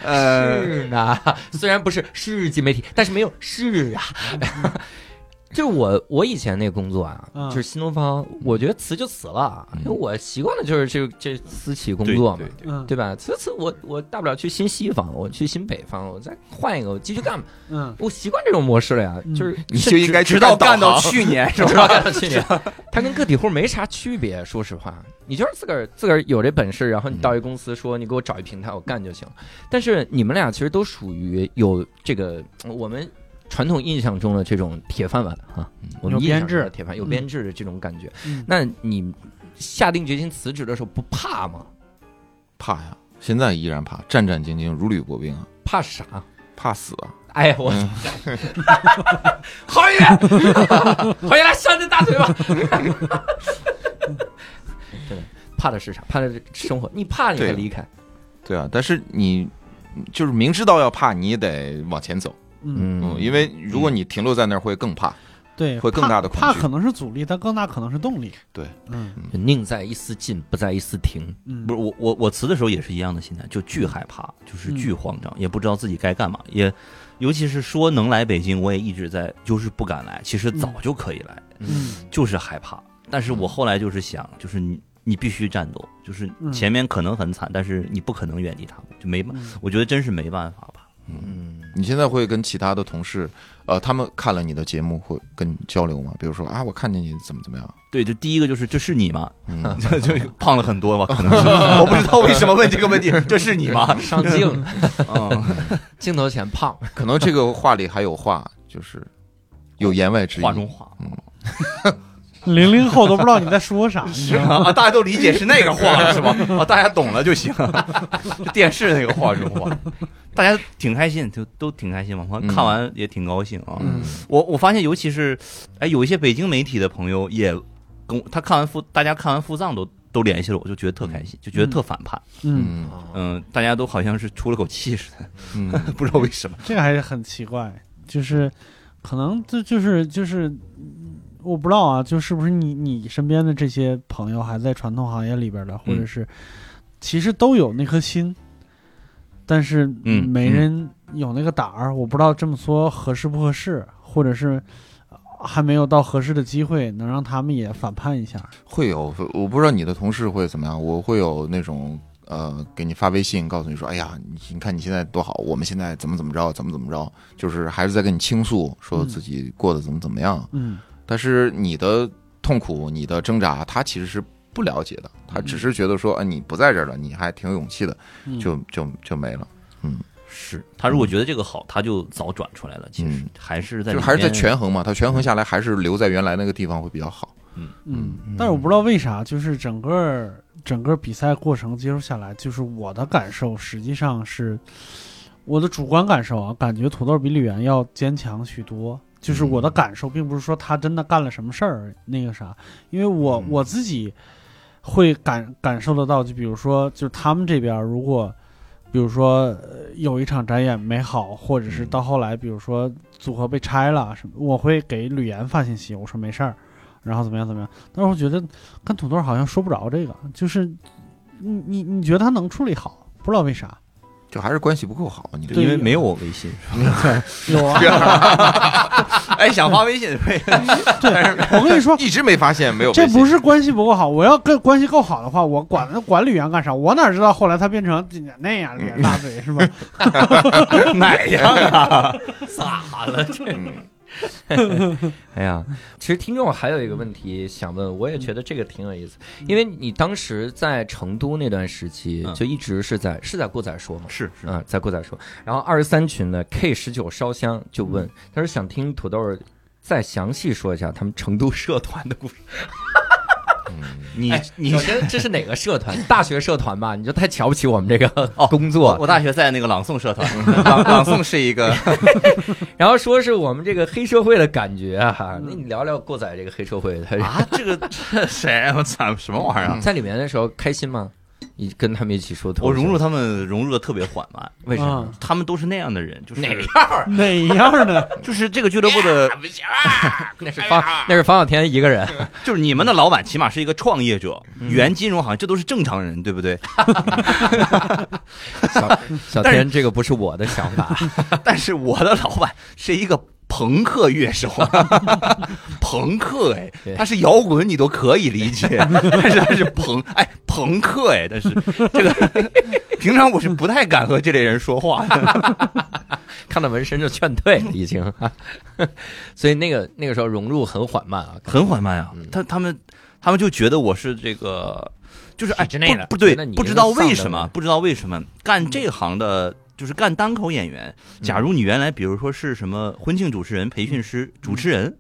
呃
是呢， 虽然不是市级媒体，但是没有市啊。 就我我以前那个工作啊，
嗯
就是新东方，我觉得辞就辞了，因为我习惯了就是这这私企工作嘛，
嗯对
嗯
对吧？辞辞我我大不了去新西方，我去新北方，我再换一个，我继续干吧。
嗯
我习惯这种模式了呀，
嗯
就是
你就应该
直到干到
导航
去年是
直到
吧？
干到去年，它跟个体户没啥区别。说实话，你就是自个儿自个儿有这本事，然后你到一公司说你给我找一平台，我干就行。但是你们俩其实都属于有这个呃我们传统印象中的这种铁饭碗啊，我们
有
印象
编
中的
制
铁饭
嗯
有编制的这种感觉。
嗯
那你下定决心辞职的时候不怕吗？
怕呀，现在依然怕，战战兢兢，如履薄冰啊，
怕啥？
怕死啊。
哎呀，我
嗯
郝宇， 郝宇来扇这大嘴巴。真的，怕的是啥？怕的是生活。你怕你还
对啊
离开？
对啊，但是你就是明知道要怕，你也得往前走。
嗯
嗯，因为如果你停留在那儿，会更怕。
对，
会更大的恐
怕
惧
可能是阻力，但更大可能是动力。
对，
嗯
宁在一丝进，不在一丝停。
嗯，
不是我我我辞的时候也是一样的心态，就巨害怕，就是巨慌张，也不知道自己该干嘛，也尤其是说能来北京，我也一直在就是不敢来，其实早就可以来，
嗯
就是害怕。但是我后来就是想，就是你你必须战斗，就是
嗯
前面可能很惨，但是你不可能远离他们，就没办，
嗯
我觉得真是没办法吧。
嗯，
你现在会跟其他的同事，呃，他们看了你的节目会跟你交流吗？比如说啊，我看见你怎么怎么样，
对，就第一个就是这是你吗？
嗯，
就就胖了很多吧，可能是 我不知道为什么问这个问题，这是你吗？
上镜
嗯，
镜头前胖，
可能这个话里还有话，就是有言外之意。
话中话
零零后都不知道你在说啥，你知道吗？
啊，大家都理解是那 个话是吧？啊，大家懂了就行， 电视那个话中话，大家挺开心，就都挺开心嘛。我
嗯
看完也挺高兴啊。
嗯
我我发现，尤其是哎，有一些北京媒体的朋友也跟我，他看完复，大家看完复藏都都联系了，我就觉得特开心，就觉得特反叛。
嗯，
嗯
嗯，大家都好像是出了口气似的，
嗯，
不知道为什么。
这个还是很奇怪，就是可能这就是就是，嗯我不知道啊，就是不是你你身边的这些朋友还在传统行业里边的，
嗯
或者是其实都有那颗心。但是
嗯
没人有那个胆儿，我不知道这么说合适不合适，或者是呃还没有到合适的机会，能让他们也反叛一下。
会有，我不知道你的同事会怎么样，我会有那种。呃，给你发微信，告诉你说，哎呀，你你看你现在多好，我们现在怎么怎么着，怎么怎么着，就是还是在跟你倾诉，说自己过得怎么怎么样。
嗯
但是你的痛苦、你的挣扎，他其实是不了解的，他只是觉得说，啊、你不在这儿了，你还挺有勇气的，
嗯
就就就没了，
是他如果觉得这个好，他就早转出来了。其实
嗯
还是在
就还是在
里面
权衡嘛，他权衡下来还是留在原来那个地方会比较好。
嗯，但是我不知道为啥，就是整个儿整个比赛过程接触下来，就是我的感受实际上是我的主观感受啊，感觉土豆比李源要坚强许多。就是我
嗯
的感受，并不是说他真的干了什么事儿，那个啥，因为我
嗯
我自己会感感受得到，就比如说，就是他们这边儿如果，比如说呃有一场展演没好，或者是
嗯
到后来，比如说组合被拆了什么，我会给吕岩发信息，我说没事儿，然后怎么样怎么样。但是我觉得跟土豆好像说不着这个，就是你你你觉得他能处理好，不知道为啥。
就还是关系不够好，你这
对
因为没有我 微信，
有啊，
哎，想发 微信，对
我跟你说，
一直没发现 没有微
这
信，
不是关系不够好，我要跟关系够好的话，我管管吕岩干啥？我哪知道后来他变成那样咧大嘴是吧？
哪样啊？咋了这？哎呀，
其实听众还有一个问题想问，我也觉得这个挺有意思，因为你当时在成都那段时期
嗯
就一直是在是在过载说嘛，
是是，
哎
嗯，在过载说，然后二十三群的 K 十九烧香就问，他说想听土豆儿再详细说一下他们成都社团的故事。
你你
首
哎
先这是哪个社团？大学社团吧？你就太瞧不起我们这个工作。
我大学在那个朗诵社团，朗朗诵是一个，
然后说是我们这个黑社会的感觉啊，那你聊聊过载这个黑社会的，
啊，这个这谁？我操，什么玩意儿啊？
在里面的时候开心吗？你跟他们一起说脱
我
口秀，
融入他们融入的特别缓慢，
为啥？
啊
他们都是那样的人，就是
哪样儿？
哪样的？
就是这个俱乐部的，
那是方那是方小天一个 人，
就是你们的老板起码是一个创业者，原金融行，这都是正常人，对不对？
小小天这个不是我的想法，
但是我的老板是一个朋克乐手， 朋克哎
对，
他是摇滚你都可以理解，但是他是朋哎朋克哎，但是这个 平常我是不太敢和这类人说话的。
看到纹身就劝退了已经，啊 所以那个那个时候融入很缓慢啊，
很缓慢啊
嗯。
他他们他们就觉得我是这个，就是哎
体制内的
不不对
那，你
不知道
是丧
为
的嗯
什么
人，
不知道为什么干这行的。就是干单口演员，
嗯
假如你原来比如说是什么婚庆主持人、培训
嗯
师、主持人，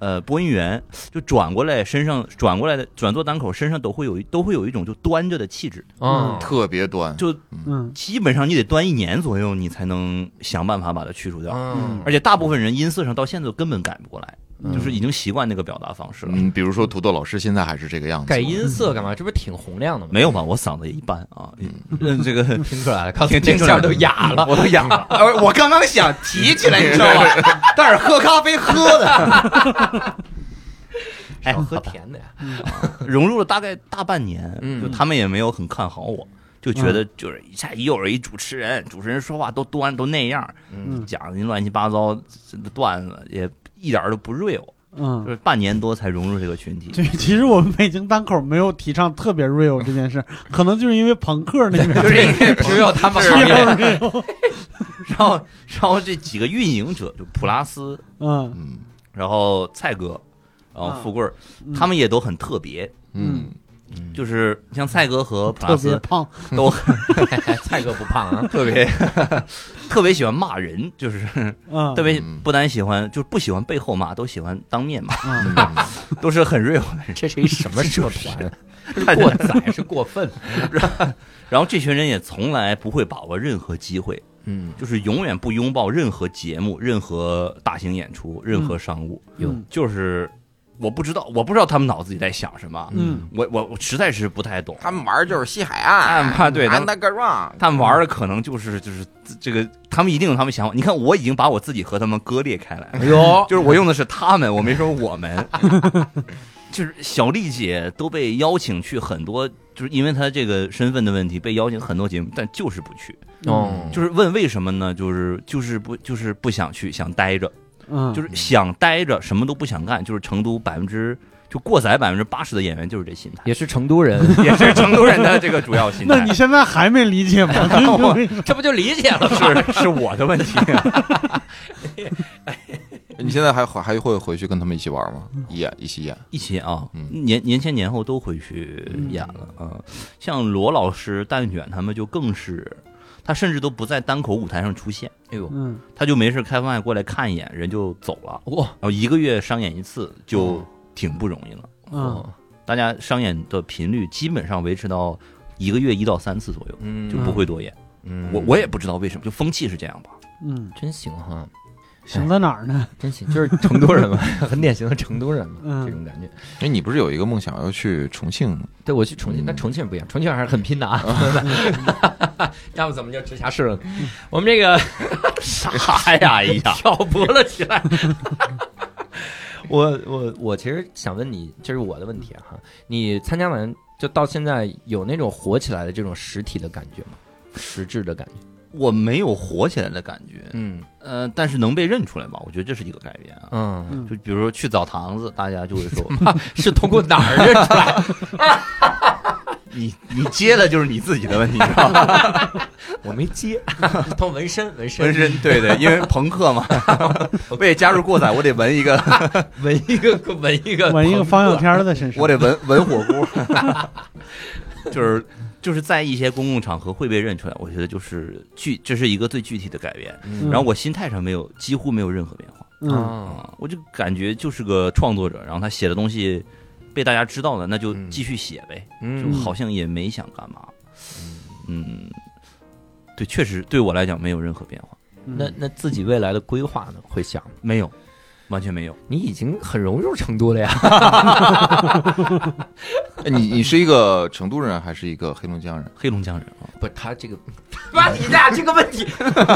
呃，播音员，就转过来身上转过来的转做单口，身上都会有一都会有一种就端着的气质，
嗯，
特别端，
就
嗯
基本上你得端一年左右，你才能想办法把它去除掉。
嗯
而且大部分人音色上到现在都根本改不过来，
嗯
就是已经习惯那个表达方式了。
嗯，比如说土豆老师现在还是这个样子，
改音色干嘛？这不是挺洪亮的吗？
没有吧？我嗓子一般啊，嗯，这个
听出来了，刚嗯才
听
这
听出来
下都哑了。
我都哑 了。
呃，我刚刚想提起来，你知道 吗？但是喝咖啡喝的，
哎，
喝甜的呀，
融入了大概大半年，
嗯
就他们也没有很看好我，就觉得就是一下又是一主持人，主持人说话都端都那样，
嗯
讲的乱七八糟的段子，也一点儿都不 real。就
嗯，
是半年多才融入这个群 体，
对，其实我们北京单口没有提倡特别 real 这件事，可能就是因为朋克那边
就是因 为
只有他们
比
行
较
业
real，
然后然后这几个运营者就普拉斯，
嗯
嗯
然后蔡哥，然后
啊
富贵儿，
嗯
他们也都很特别，
嗯
就是像蔡哥和普拉
特别
斯
胖，
蔡哥不胖啊，
特别特别喜欢骂人，就是
嗯，
特别
嗯
不单喜欢，就是不喜欢背后骂，都喜欢当 面骂，
嗯，
嗯
都是很 real 的 人。
这是一什么社团啊？是过载是过分？
然后这群人也从来不会把握任何机会，
嗯，
就是永远不拥抱任何节目、任何大型演出、任何商务。
有
嗯
就是我不知道，我不知道他们脑子里在想什么，
嗯
我我我实在是不太懂。
他们玩儿就是西海岸，
哎怕对他们
underground，
他们玩的可能就是就是这个，他们一定有他们想法。你看，我已经把我自己和他们割裂开来 了。
有
就是我用的是他们，我没说我 们。就是小丽姐都被邀请去很多，就是因为她这个身份的问题被邀请很多节目，但就是不去。
嗯
哦，
嗯
就是问为什么呢？就是就是不就是不想去，想待着，
嗯，
就是想待着，什么都不想干。就是成都百分之就过载百分之八十的演员就是这心态，
也是成都人，
也是成都 人的这个主要心态。
那你现在还没理解吗？
我
这不就理解了？
是是我的问题，
你现在还还会回去跟他们一起玩吗？演一起演，
一起啊，
嗯
年年前年后都回去
嗯
演了啊、呃像罗老师、蛋卷他们就更是，他甚至都不在单口舞台上出现，
哎呦，
嗯
他就没事开饭过来看一眼，人就走了。
哇
然后一个月商演一次
哦
就挺不容易了，
嗯，
大家商演的频率基本上维持到一个月一到三次左右，
嗯
就不会多演。
嗯
我我也不知道为什么，就风气是这样吧。
嗯，
真行哈，
行在哪儿呢？
真行，就是成都人嘛， 很典型的成都人嘛，
嗯
这种感觉。
哎，你不是有一个梦想要去重庆？
对我去重庆，
嗯
但重庆人不一样，重庆人还是很拼的啊，要不怎么就直辖市了呢？我们这个
啥呀？哎呀，
挑拨了起来。我我我其实想问你，这是我的问题啊哈、你参加完就到现在有那种火起来的这种实体的感觉吗？实质的感觉？
我没有火起来的感觉，
嗯
呃，但是能被认出来吧？我觉得这是一个改变啊。
嗯，
就比如说去澡堂子，大家就会说
是通过哪儿认出来？
你你接的就是你自己的问题，你知道吗？
我没接， 通纹身纹身
纹身，对对，因为朋克嘛， 为了加入过载，我得纹一个，
纹一个纹一个
纹一个方向天儿在身上，
我得纹纹火 锅，就是就是在一些公共场合会被认出来，我觉得就是具这是一个最具体的改变。
嗯
然后我心态上没有几乎没有任何变化
嗯
啊，
啊，我就感觉就是个创作者，然后他写的东西被大家知道了，那就
嗯
继续写呗。就
嗯
好像也没想干嘛。嗯，对，确实对我来讲没有任何变化，
嗯
那那自己未来的规划呢？会想
没有，完全没有。
你已经很融入成都了呀？
哎，你你是一个成都人还是一个黑龙江人？
黑龙江人啊，
不，他这个， 妈，你俩这个问 题，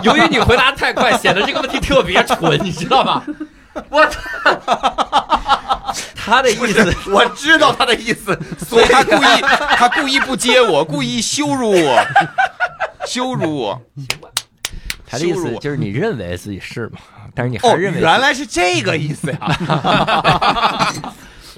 由于你回答太快，显得这个问题特别蠢，你知道吗？我操！他的意思，
我知道他的意思，所以他故意，他故意不接我，故意羞辱我，羞辱我。
他的意
羞
思
辱我
就是你认为自己是嘛？但是你还
哦，
认为、
原来是这个意思呀！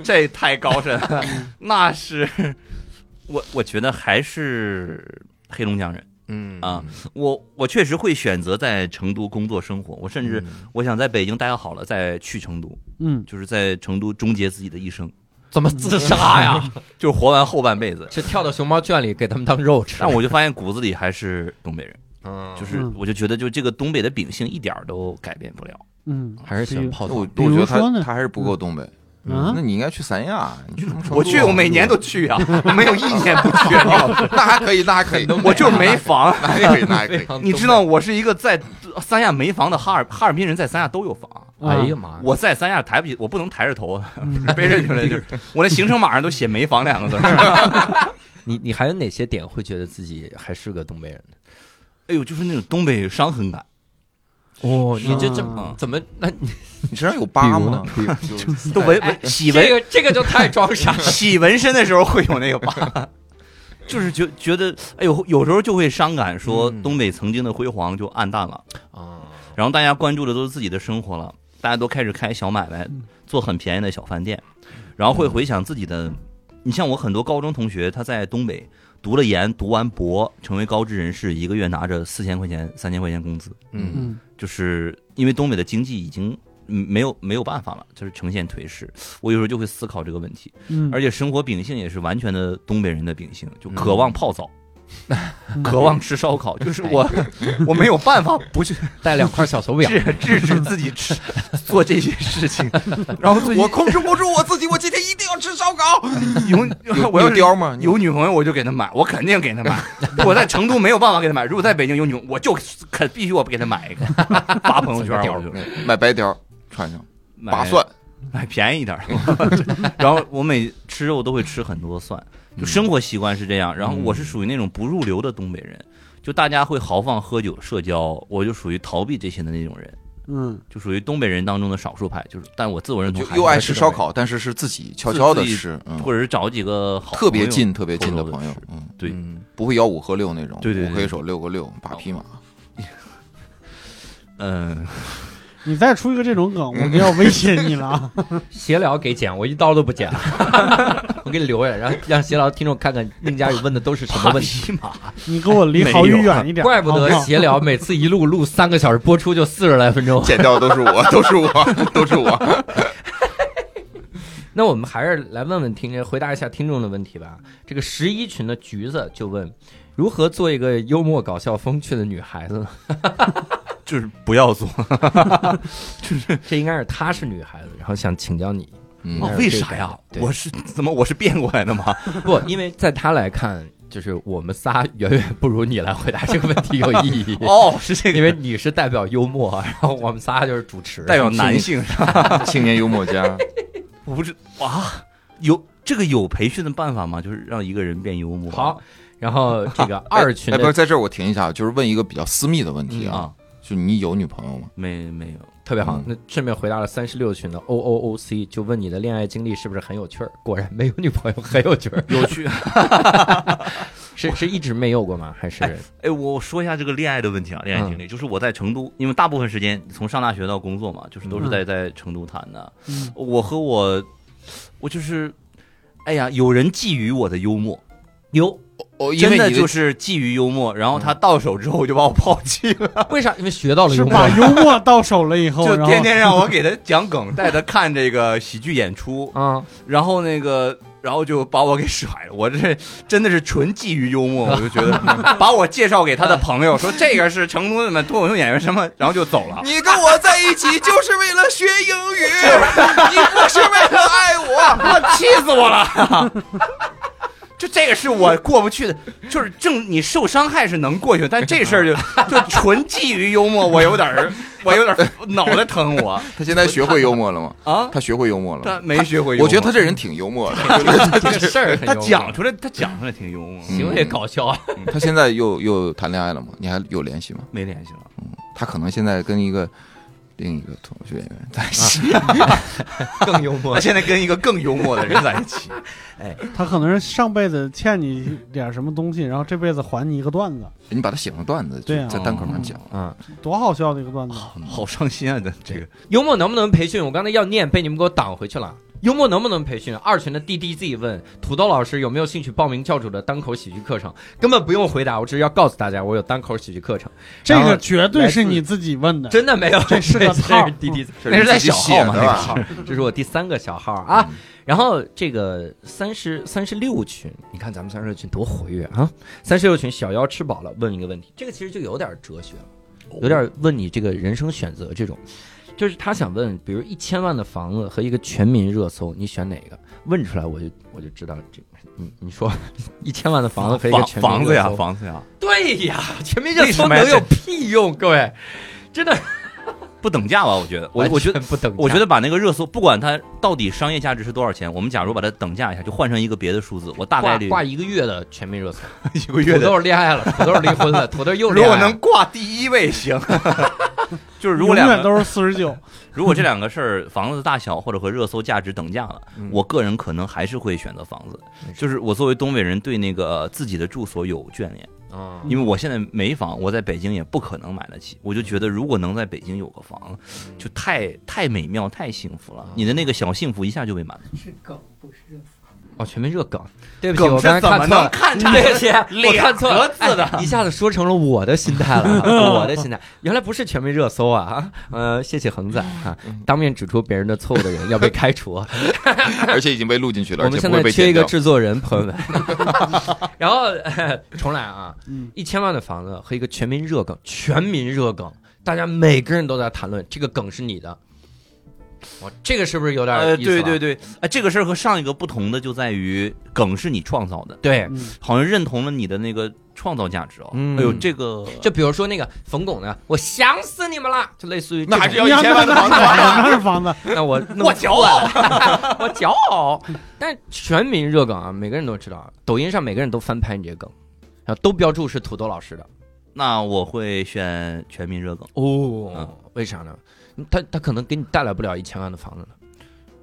这太高深了，那是嗯 我我觉得还是黑龙江人。
嗯
啊，我我确实会选择在成都工作生活，我甚至我想在北京待好了再去成都，
嗯
就是在成都终结自己的一生，
怎么自杀 呀？
就是活完后半辈子。
就跳到熊猫圈里给他们当肉吃。
但我就发现骨子里还是东北人。
嗯，
就是
嗯
我就觉得就这个东北的秉性一点儿都改变不了。
嗯
还是喜欢泡
那
澡。
我我
比如
觉得
说呢
他他还是不够东北。嗯
啊
那，你应该去三亚，你去什么成都啊？
我去，我每年都去啊，我没有一年不去啊。
那还可以， 那还可以，
我就是没房，
那还可以，那还可以。
你知道，我是一个在三亚没房的哈尔哈尔滨人，在三亚都有房，
哎呀妈呀！
我在三亚抬不起，我不能抬着头，
嗯
被认出来就是我的行程码上都写“没房”两个字儿。
你你还有哪些点会觉得自己还是个东北人呢？
哎呦，就是那种东北伤痕感，
哦，
是
你这这
嗯
怎么？那你
你身上有疤
比如
吗
呢？
就是
都纹纹洗纹
个这个就太装 傻 了。
洗纹身的时候会有那个 疤，就是觉觉得哎呦，有时候就会伤感，说
嗯
东北曾经的辉煌就暗淡了，
啊，
然后大家关注的都是自己的生活了，大家都开始开小买卖
嗯，
做很便宜的小饭店，然后会回想自己的。你像我很多高中同学，他在东北读了研，读完博，成为高知人士，一个月拿着四千块钱、三千块钱工资，
嗯，
嗯
就是因为东北的经济已经嗯没有没有办法了，就是呈现颓势。我有时候就会思考这个问题，
嗯，
而且生活秉性也是完全的东北人的秉性，就渴望泡澡，
嗯
渴望吃烧烤，就是 我我没有办法不去
带两块小手表，
制制止自 己吃做这些事情，然后最近
我控制不住我自己，我今天一定要吃烧烤。
有
有
我要
有
是
貂吗？你
有女朋友我就给她买，我肯定给她买。我在成都没有办法给她买，如果在北京有女，我就肯必须我给她买一 个，发朋友圈我就
嗯买白貂穿上，
买
拔蒜。
买便宜一点儿。 然后我每吃肉都会吃很多蒜，就
嗯
生活习惯是这样。然后我是属于那种不入流的东北人，就大家会豪放喝酒社交，我就属于逃避这些的那种人，
嗯
就属于东北人当中的少数派。就是，但我自我认同
就
还是
又爱
在
吃
东
烧
北
烤，但是是自己悄悄的
自己
吃，
人，
嗯，
或者是找几个好
特别
朋友
近、特别近的
偷偷地
朋友
吃，
嗯，
对
嗯
不会吆五喝六那种，
对对对
五黑手六个六，八匹马。
嗯，
你再出一个这种梗，我就要威胁你了啊！
闲聊给剪，我一刀都不剪， 我给你留下来，然后让闲聊听众看看宁佳宇问的都是什么
八
问题。
匹马，
你给我离郝宇远一点，
怪不得
好好
闲聊每次一录录三个小时，播出就四十来分钟。
剪掉的都是我，都是我，都是我。
那我们还是来问问听众，回答一下听众的问题吧。这个十一群的橘子就问，如何做一个幽默、搞笑、风趣的女孩子呢？
就是不要做。
这应该是她是女孩子，然后想请教你，
嗯
哦，
为啥呀？
对
我是怎么我是变过来的吗？。
不，因为在她来看，就是我们仨远远不如你来回答这个问题有意义
哦，是这个
因为你是代表幽默，啊然后我们仨就是主持，
代表男性
青年幽默家，
我不是哇，有这个有培训的办法吗？就是让一个人变幽默。
好。然后这 个二群
哎，
的
不是，在这儿我停一下，就是问一个比较私密的问题啊，
啊，
就你有女朋友吗？
没没有，
特别好
嗯，
那顺便回答了三十六群的 O O O C，就问你的恋爱经历是不是很有趣儿？果然没有女朋友很有 趣儿，
有 趣。
是是一直没有过吗？还是
哎哎，我说一下这个恋爱的问题啊，恋爱经历，就是我在成都，因为大部分时间从上大学到工作嘛，就是都是在在成都谈的。
嗯
我和我，我就是，哎呀，有人觊觎我的幽默。有，
哦，因
真
为
的
你的
就是觊觎幽默，然后他到手之后就把我抛弃了，
为啥？因为学到了
是
幽
把
默，
幽默到手了以后，
就
哦然后
天天让我给他讲梗，带他看这个喜剧演出，
啊，
然后那个，然后就把我给甩了。我这真的是纯基于 幽默，我就觉得把我介绍给他的朋友说这个是成都的脱口秀演员什么，然后就走了。
你跟我在一起就是为了学英语，你 不是为了爱我。
我气死我了！ 就这个是我过不去的，就是正你受伤害是能过去的，但这事儿就 就纯基于幽默，我有点儿，我有点儿脑袋疼我
他现在学会幽默了吗？
啊！
他学会幽默了吗
他。没学会幽默，嗯
我觉得他这人挺幽默的，
这个事儿很幽默
他讲出来，他讲出来挺幽默，
嗯
行为搞笑啊，
他现在又又谈恋爱了吗？你还有联系吗？
没联系了。
他可能现在跟一个另一个脱口秀演员在一起。
更幽默
他。现在跟一个更幽默的人在一起，
他可能是上辈子欠你点什么东西，然后这辈子还你一个段子，
你把它写成段子，就
对啊
在单口上讲。
嗯，
多好笑的一个段子！
好伤心啊！这这个
幽默能不能培训？我刚才要念，被你们给我挡回去了。幽默能不能培训？二群的 D D Z 问土豆老师有没有兴趣报名教主的单口喜剧课程？根本不用回答，我只是要告诉大家，我有单口喜剧课程，
这
然
个
后
绝对是你自己问 的，
真的没有，
这是个
对
套儿
是 D D Z。
这
那是在
自己
小号嘛
写的 吧？
这是我第三个小号啊。
嗯
然后这个三十三十六群，你看咱们三十六群多活跃啊！三十六群小妖吃饱了，问一个问题，这个其实就有点哲学了，
哦
有点问你这个人生选择这种，就是他想问，比如一千万的房子和一个全民热搜，你选哪个？问出来我就我就知道这，你你说 一千万的房子和一个
房
全民
房子
热
呀，
搜
房子呀，
对呀，全民热
为
搜
什么呀
能有屁用？各位，真的
不等价吧？我觉得，我我觉得。
不等价，
我觉得把那个热搜，不管它到底商业价值是多少钱，我们假如把它等价一下，就换成一个别的数字，我大概
挂
率
挂一个月的全民热搜，
一个
土豆恋爱了，土豆离婚了，土豆又
如
恋
果
爱了
能。挂第一位行， 就是如果
永
两
远
个，
都是四十九，
如果这两个事儿房子的大小或者和热搜价值等价了，
嗯
我个人可能还是会选择房子
没。事
就是我作为东北人，对那个自己的住所有眷恋，
嗯
因为我现在没房，我在北京也不可能买得起。我就觉得如果能在北京有个房，就太太美妙、太幸福了
嗯。
你的那个小幸福一下就被满足。
是梗，不是热搜。
哦，全民热梗，对不起，
梗
我刚才
是怎么
看错了，
能看出来
对不起，我
两
看错
个
了
字的
哎一下子说成了我的心态了啊，我的心态，原来不是全民热搜啊，啊呃，谢谢恒仔啊，
嗯
当面指出别人的错误的人要被开除啊，
而且已经被录进去了，
我
而
们
且
现
不
在
会被
缺一
剪
个
掉。
制作人，朋友 们。然后、呃重来啊，
嗯
一千万的房子和一个全民热梗，全民热梗，大家每个人都在谈论这个梗是你的，哇，这个是不是有点
呃，
意思了、
对对对，啊，这个事儿和上一个不同的就在于梗是你创造 的，
对，
嗯
好像认同了你的那个创造价值哦。
嗯
哎呦，这个
就比如说那个冯巩呢，我想死你们了，就类似于
那还是要
一
一
样
千万的房子。
那是房子，
那我我骄傲， 我骄傲。但是全民热梗啊，每个人都知道，抖音上每个人都翻拍你这个梗，然后都标注是土豆老师的。
那我会选全民热梗，
哦
嗯
为啥呢？他他可能给你带来不了一千万的房子呢。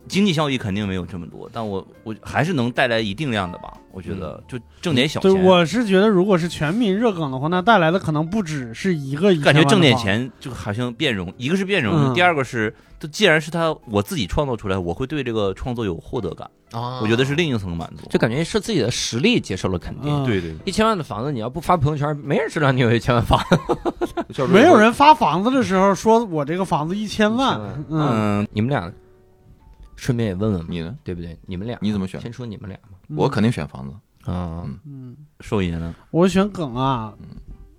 经济效益肯定没有这么多，但我我还是能带来一定量的吧。我觉得就挣点小
对，
钱，
我是觉得如果是全民热梗的话，那带来的可能不只是一个一千
感
万的房
觉
子
挣点，钱就好像变容，一个是变容，
嗯
第二个是，就既然是他我自己创造出来，我会对这个创作有获得感，
啊
我觉得是另一层满足。
就感觉是自己的实力接受了肯定。
嗯，
对对，
一千万的房子，你要不发朋友圈，没人知道你有一千万房子。
没有人发房子的时候说我这个房子一千
一千
万
万，
嗯，
嗯，
你们俩，顺便也问问嘛，
你呢？
对不对？你们俩，
你怎么选？
先说你们俩嘛。
我肯定选房子。
啊
嗯，
兽爷呢？
我选梗啊，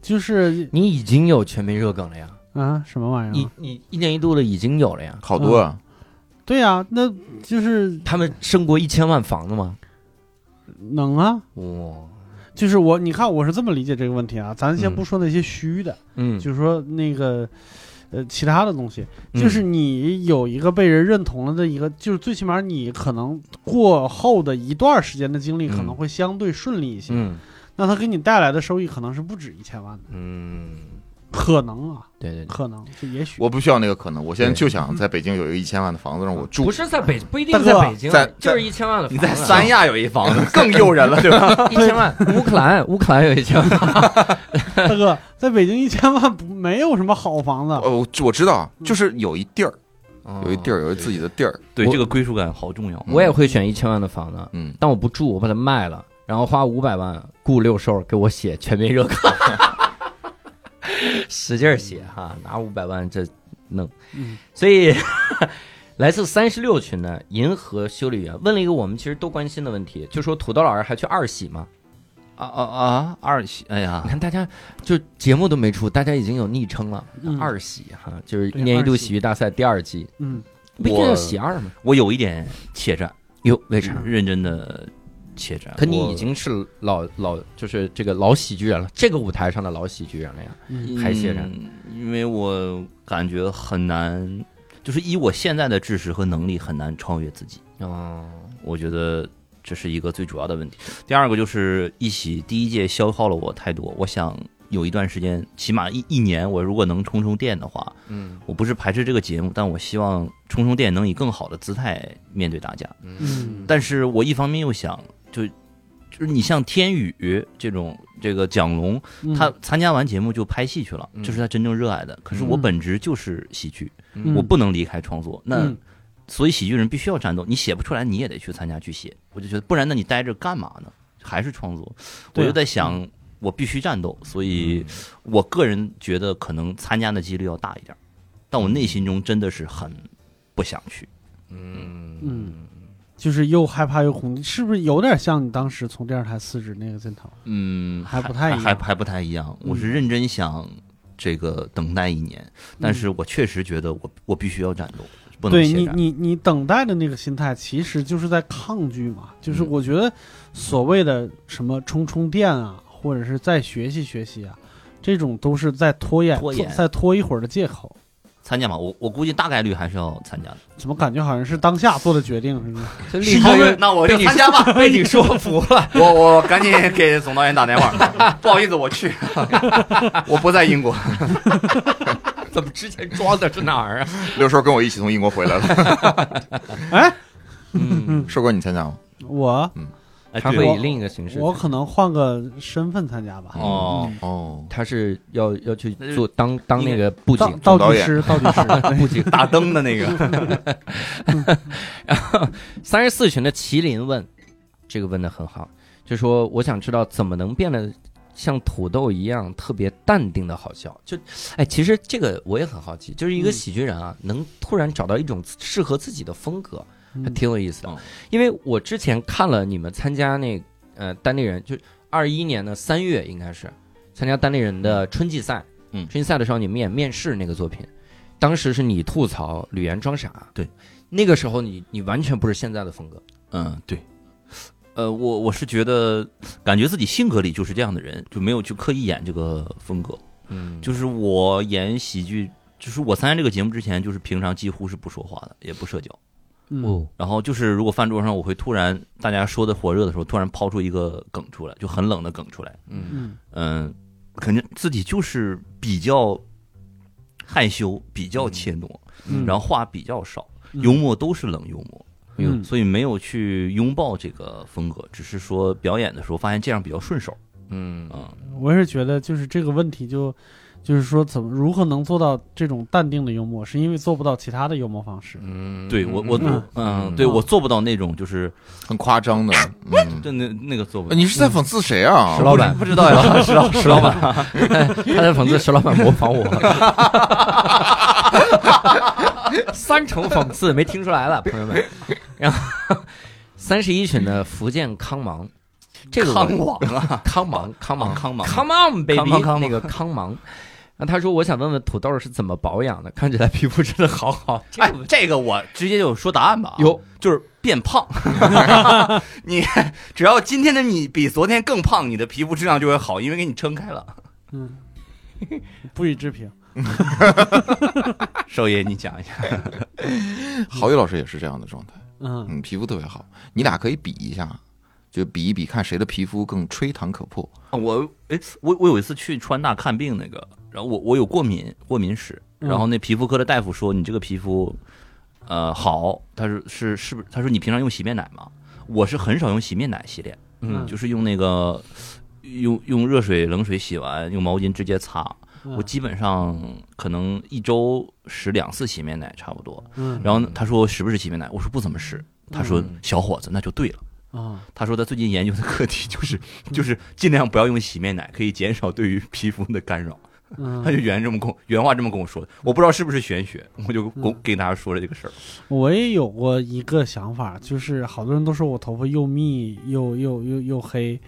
就是
你已经有全民热梗了呀，
啊什么玩意
你
儿？
你一年一度的已经有了呀。
好多啊，
嗯
对呀、那就是
他们升过一千万房子吗？
能啊，
哇、
就是我，你看我是这么理解这个问题啊，咱先不说那些虚的，
嗯，
就是说那个。呃，其他的东西，
嗯
就是你有一个被人认同了的一个，就是最起码你可能过后的一段时间的经历可能会相对顺利一些，
嗯
那它给你带来的收益可能是不止一千万的，
嗯，
可能啊，
对对对，
可能就也许
我不需要那个可能，我现在
对嗯
就想在北京有一个一千万的房子让我住
不。是在北，不一定
大哥
在北京，啊
在
就是一千万的房子。啊
亚有一 房子，更诱人了，对吧？
一千万，乌克兰，乌克兰有一千万，
大哥，在北京一千万不没有什么好房子，
哦，我我知道，
嗯
就是有一地儿，有一地
儿。
儿，有一自己的地儿。
对，
我
这个归属感好重要。
哦我也会选一千万的房子，
嗯，
但我不住，我把它卖了，然后花五百万雇六兽给我写全民热梗， 使劲儿写哈，拿五百万这弄。
嗯
所以 来自三十六群的银河修理员问了一个我们其实都关心的问题，就说土豆老师还去二喜吗？
啊啊啊！二喜，哎呀
你，看大家就节目都没出，大家已经有昵称了，
嗯
二喜哈，就是一
对
年一度
二喜
喜剧大赛第二季，
嗯，
不一定
我
要喜二吗？
我有一点怯战，
哟，为啥？
认真的怯战。
可你
我
已经是老老就是这个老喜剧人了，这个舞台上的老喜剧人了呀。
嗯
还写着
嗯因为我感觉很难，就是以我现在的知识和能力很难超越自己，
哦，
我觉得这是一个最主要的问题。第二个就是一喜第一届消耗了我太多，我想有一段时间，起码一一年，我如果能充充电的话，
嗯
我不是排斥这个节目，但我希望充充电能以更好的姿态面对大家。
嗯
但是我一方面又想，就就是你像天宇这种这个蒋龙，
嗯
他参加完节目就拍戏去了，
嗯
这是他真正热爱的。可是我
嗯
本职就是喜剧，
嗯
我不能离开创作。那
嗯
所以喜剧人必须要战斗，你写不出来，你也得去参加去写。我就觉得，不然那你待着干嘛呢？还是创作。我
对啊嗯
就在想，我必须战斗，所以我个人觉得可能参加的几率要大一点，但我内心中真的是很不想去。
嗯，就是又害怕又恐惧，是不是有点像你当时从电视台辞职那个镜头？
嗯，
还
还
不太一
还
样
还不太一样。
嗯
我是认真想这个等待一年，但是我确实觉得我我必须要战斗，不
嗯
能
对
歇
你，
战。
你你等待的那个心态，其实就是在抗拒嘛。就是
嗯
我觉得所谓的什么充充电啊，或者是再学习学习啊，这种都是在拖延，
拖延
再拖一会儿的借口。
参加吗？我我估计大概率还是要参加的。
怎么感觉好像是当下做的决定似 的？
这
是
立
因为
刻
那我
被
就
你
参加吧。
被你说服 了，
我我赶紧给总导演打电话， 不好意思，我去，我不在 英国。
怎么之前装的是哪儿啊？
刘叔跟我一起从英国回来了。
哎，
嗯，
硕哥，你参加吗？
我
哎
他
对
会
我
以另一个形式，
我可能换个身份参加吧，
哦，
哦，
他是要要去
那就
做当呃当那个布景
道，道
导
具
演
师，道 具师，
布景。
打灯的那个，
三十四群的麒麟问，这个问的很好，就说我想知道怎么能变得像土豆一样特别淡定的好笑。就，哎，其实这个我也很好奇，就是一个
嗯
喜剧人啊，能突然找到一种适合自己的风格，还
嗯
挺有意思的
嗯。
因为我之前看了你们参加那呃单立人，就二一年的三月应该是参加单立人的春季赛，
嗯
春季赛的时候你们演面试那个作品，当时是你吐槽吕岩装傻，
对，
那个时候你你完全不是现在的风格，
嗯，对。呃，我我是觉得，感觉自己性格里就是这样的人，就没有去刻意演这个风格。
嗯就
就是我演喜剧，就是我参加这个节目之前，就是平常几乎是不说话的，也不社交。
嗯
哦，
然后就是如果饭桌上，我会突然大家说的火热的时候，突然抛出一个梗出来，就很冷的梗出来。
嗯
嗯
嗯，肯定自己就是比较害羞，比较怯懦，
嗯，
然后话比较少，
嗯
幽默都是冷幽默。
嗯
所以没有去拥抱这个风格，只是说表演的时候发现这样比较顺手。
嗯
嗯，
我是觉得就是这个问题就。就是说，怎么如何能做到这种淡定的幽默，是因为做不到其他的幽默方式。
嗯
对我我
嗯
嗯，对我做不到那种就是
很夸张的。嗯，
就那那个做不
呃
到。
你是在讽刺谁啊
石？老板
不知 道呀，石老石老板，
他在讽刺石老板模 仿我，三重讽刺没听出来了，朋友们。然后三十一群的福建康芒，这个我
康王啊，
康芒康芒
康芒
，Come on baby，
康芒康芒
那个康芒。然后他说：“我想问问土豆是怎么保养的？看起来皮肤真的好好。这
哎
个”，
这个我直接就说答案吧啊。
有
就是变 胖，你 只要今天的你比昨天更胖，你的皮肤质量就会好，因为给你撑开 了。
嗯，不予置评。
少爷，你讲一下。
郝宇老师也是这样的状态，
嗯，
嗯，皮肤特别好。你俩可以比一下，就比一比看谁的皮肤更吹弹可破。
我哎，我我有一次去川大看病那个，然后我我有过敏过敏史，
嗯
然后那皮肤科的大夫说你这个皮肤，呃好，他说是是不是？他说你平常用洗面奶吗？我是很少用洗面奶洗脸，
嗯
就是用那个用用热水冷水洗完，用毛巾直接擦。
嗯
我基本上可能一周使两次洗面奶差不多。
嗯
然后呢他说使不使洗面奶？我说不怎么使。他说
嗯
小伙子，那就对了。
啊，
他说他最近研究的课题就是就是尽量不要用洗面奶，可以减少对于皮肤的干扰。他就
嗯，
原这么跟我原话这么跟我说的，我不知道是不是玄学，我就跟
嗯
跟大家说了这个事儿。
我也有过一个想法，就是好多人都说我头发又密又又又又黑，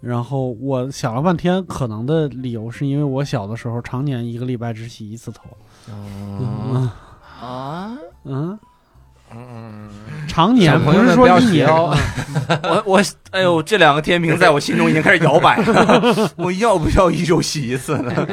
然后我想了半天，可能的理由是因为我小的时候常年一个礼拜只洗一次头。嗯
啊！
嗯，常年
小
不
朋友
是
们
说
不要
一
学
年
哦
啊，
我我哎呦，这两个天平在我心中已经开始摇摆了， 我要不要一周洗一次呢？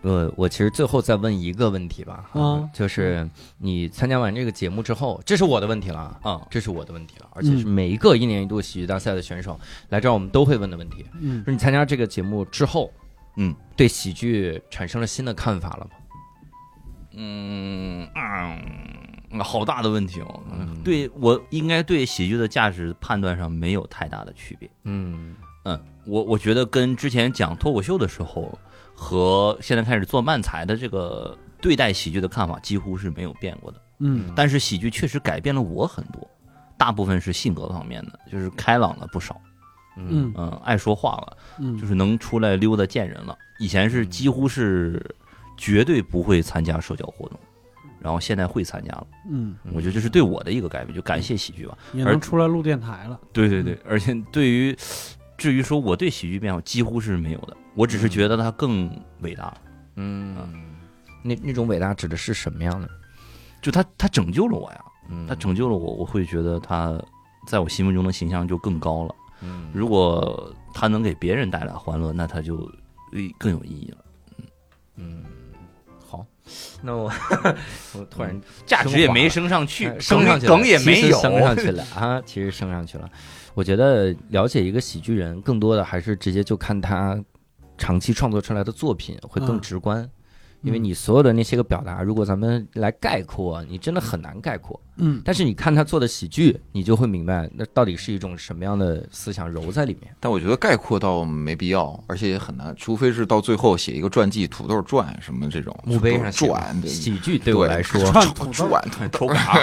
呃，我其实最后再问一个问题吧，
啊
嗯
就是你参加完这个节目之后，这是我的问题了啊，
啊，
这是我的问题了，而且是每一个一年一度喜剧大赛的选手来这儿我们都会问的问题，
嗯
说你参加这个节目之后，
嗯，
对喜剧产生了新的看法了吗？
嗯嗯，好大的问题哦。对我应该对喜剧的价值判断上没有太大的区别。
嗯
嗯，我我觉得跟之前讲脱口秀的时候和现在开始做漫才的这个对待喜剧的看法几乎是没有变过的。
嗯
但是喜剧确实改变了我很多，大部分是性格方面的，就是开朗了不少，
嗯
嗯，爱说话了，就
嗯
是能出来溜达见人了。以前是几乎是绝对不会参加社交活动，然后现在会参加了。
嗯，
我觉得这是对我的一个改变，就感谢喜剧吧。
也
而
能出来录电台了。
对对
嗯
对，而且对于至于说我对喜剧变化几乎是没有的，我只是觉得它更伟大，
嗯，那那种伟大指的是什么样的？
就它它拯救了我呀，
嗯
它拯救了我，我会觉得它在我心目中的形象就更高了。
嗯
如果它能给别人带来欢乐，那它就呃更有意义了。
好，那我我呃突然
嗯价值也没升上 去，
哎升上去了
梗也没
其实
有，
升上 去了啊，其实升上去了。我觉得了解一个喜剧人，更多的还是直接就看他长期创作出来的作品会更
嗯
直观，因为你所有的那些个表达，如果咱们来概括，你真的很难概括。
嗯，
但是你看他做的喜剧，你就会明白那到底是一种什么样的思想揉在里面。
但我觉得概括倒没必要，而且也很难，除非是到最后写一个传记《土豆传》什么这种
嗯
墓碑上写的
转
喜剧对我来说，
串土豆
转，
哎
抽卡，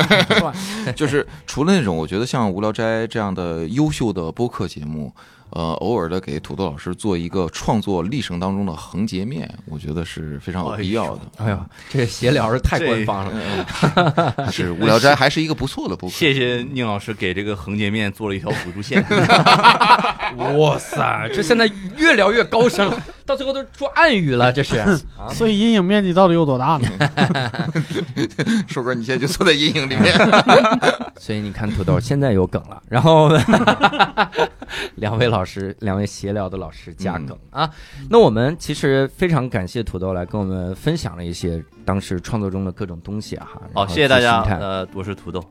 就是除了那种，我觉得像《无聊斋》这样的优秀的播客节目，呃，偶尔的给土豆老师做一个创作历程当中的横截面，我觉得是非常有必要的。
哎呦， 这闲聊是太官方了。
嗯，还是《无聊斋》还是一个不错的播客。
谢谢宁老师给这个横截面做了一条辅助 线，
哇塞，这现在越聊越高深了， 到最后都说暗语了，这是。
所以阴影面积到底有多大呢？
硕哥，你现在就坐在阴影里面。
所以你看土豆现在有梗了，然后 两位老师，两位闲聊的老师加梗啊。
嗯
那我们其实非常感谢土豆来跟我们分享了一些当时创作中的各种东西啊。然后
好，谢谢大家，
心态
呃，我是土豆，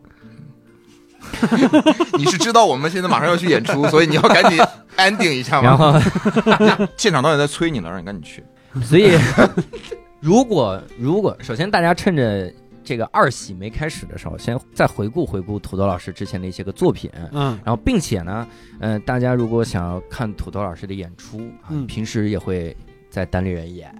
你是知道我们现在马上要去演出，所以你要赶紧 ending 一下
然
吗？
后
现场导演在催你了，让你赶紧去。
所以， 如果如果首先大家趁着这个二喜没开始的时候，先再回顾回顾土豆老师之前的一些个作品。
嗯
然后，并且呢，呃，大家如果想要看土豆老师的演出，啊
嗯
平时也会在单立人演，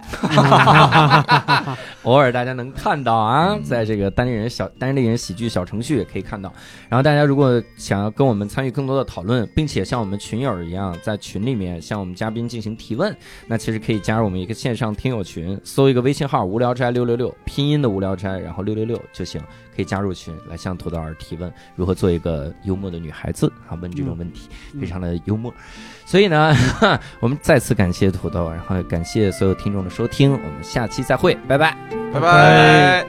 偶尔大家能看到啊，在这个单立人小单立人喜剧小程序也可以看到。然后大家如果想要跟我们参与更多的讨论，并且像我们群友一样在群里面向我们嘉宾进行提问，那其实可以加入我们一个线上听友群，搜一个微信号“无聊斋六六六”，拼音的无聊斋，然后六六六就行，可以加入群来向土豆儿提问如何做一个幽默的女孩子啊，问这种问题，
嗯
非常的幽默。所以呢， 我们再次感谢土豆，然后感谢所有听众的收听，我们下期再会，拜拜。
拜拜。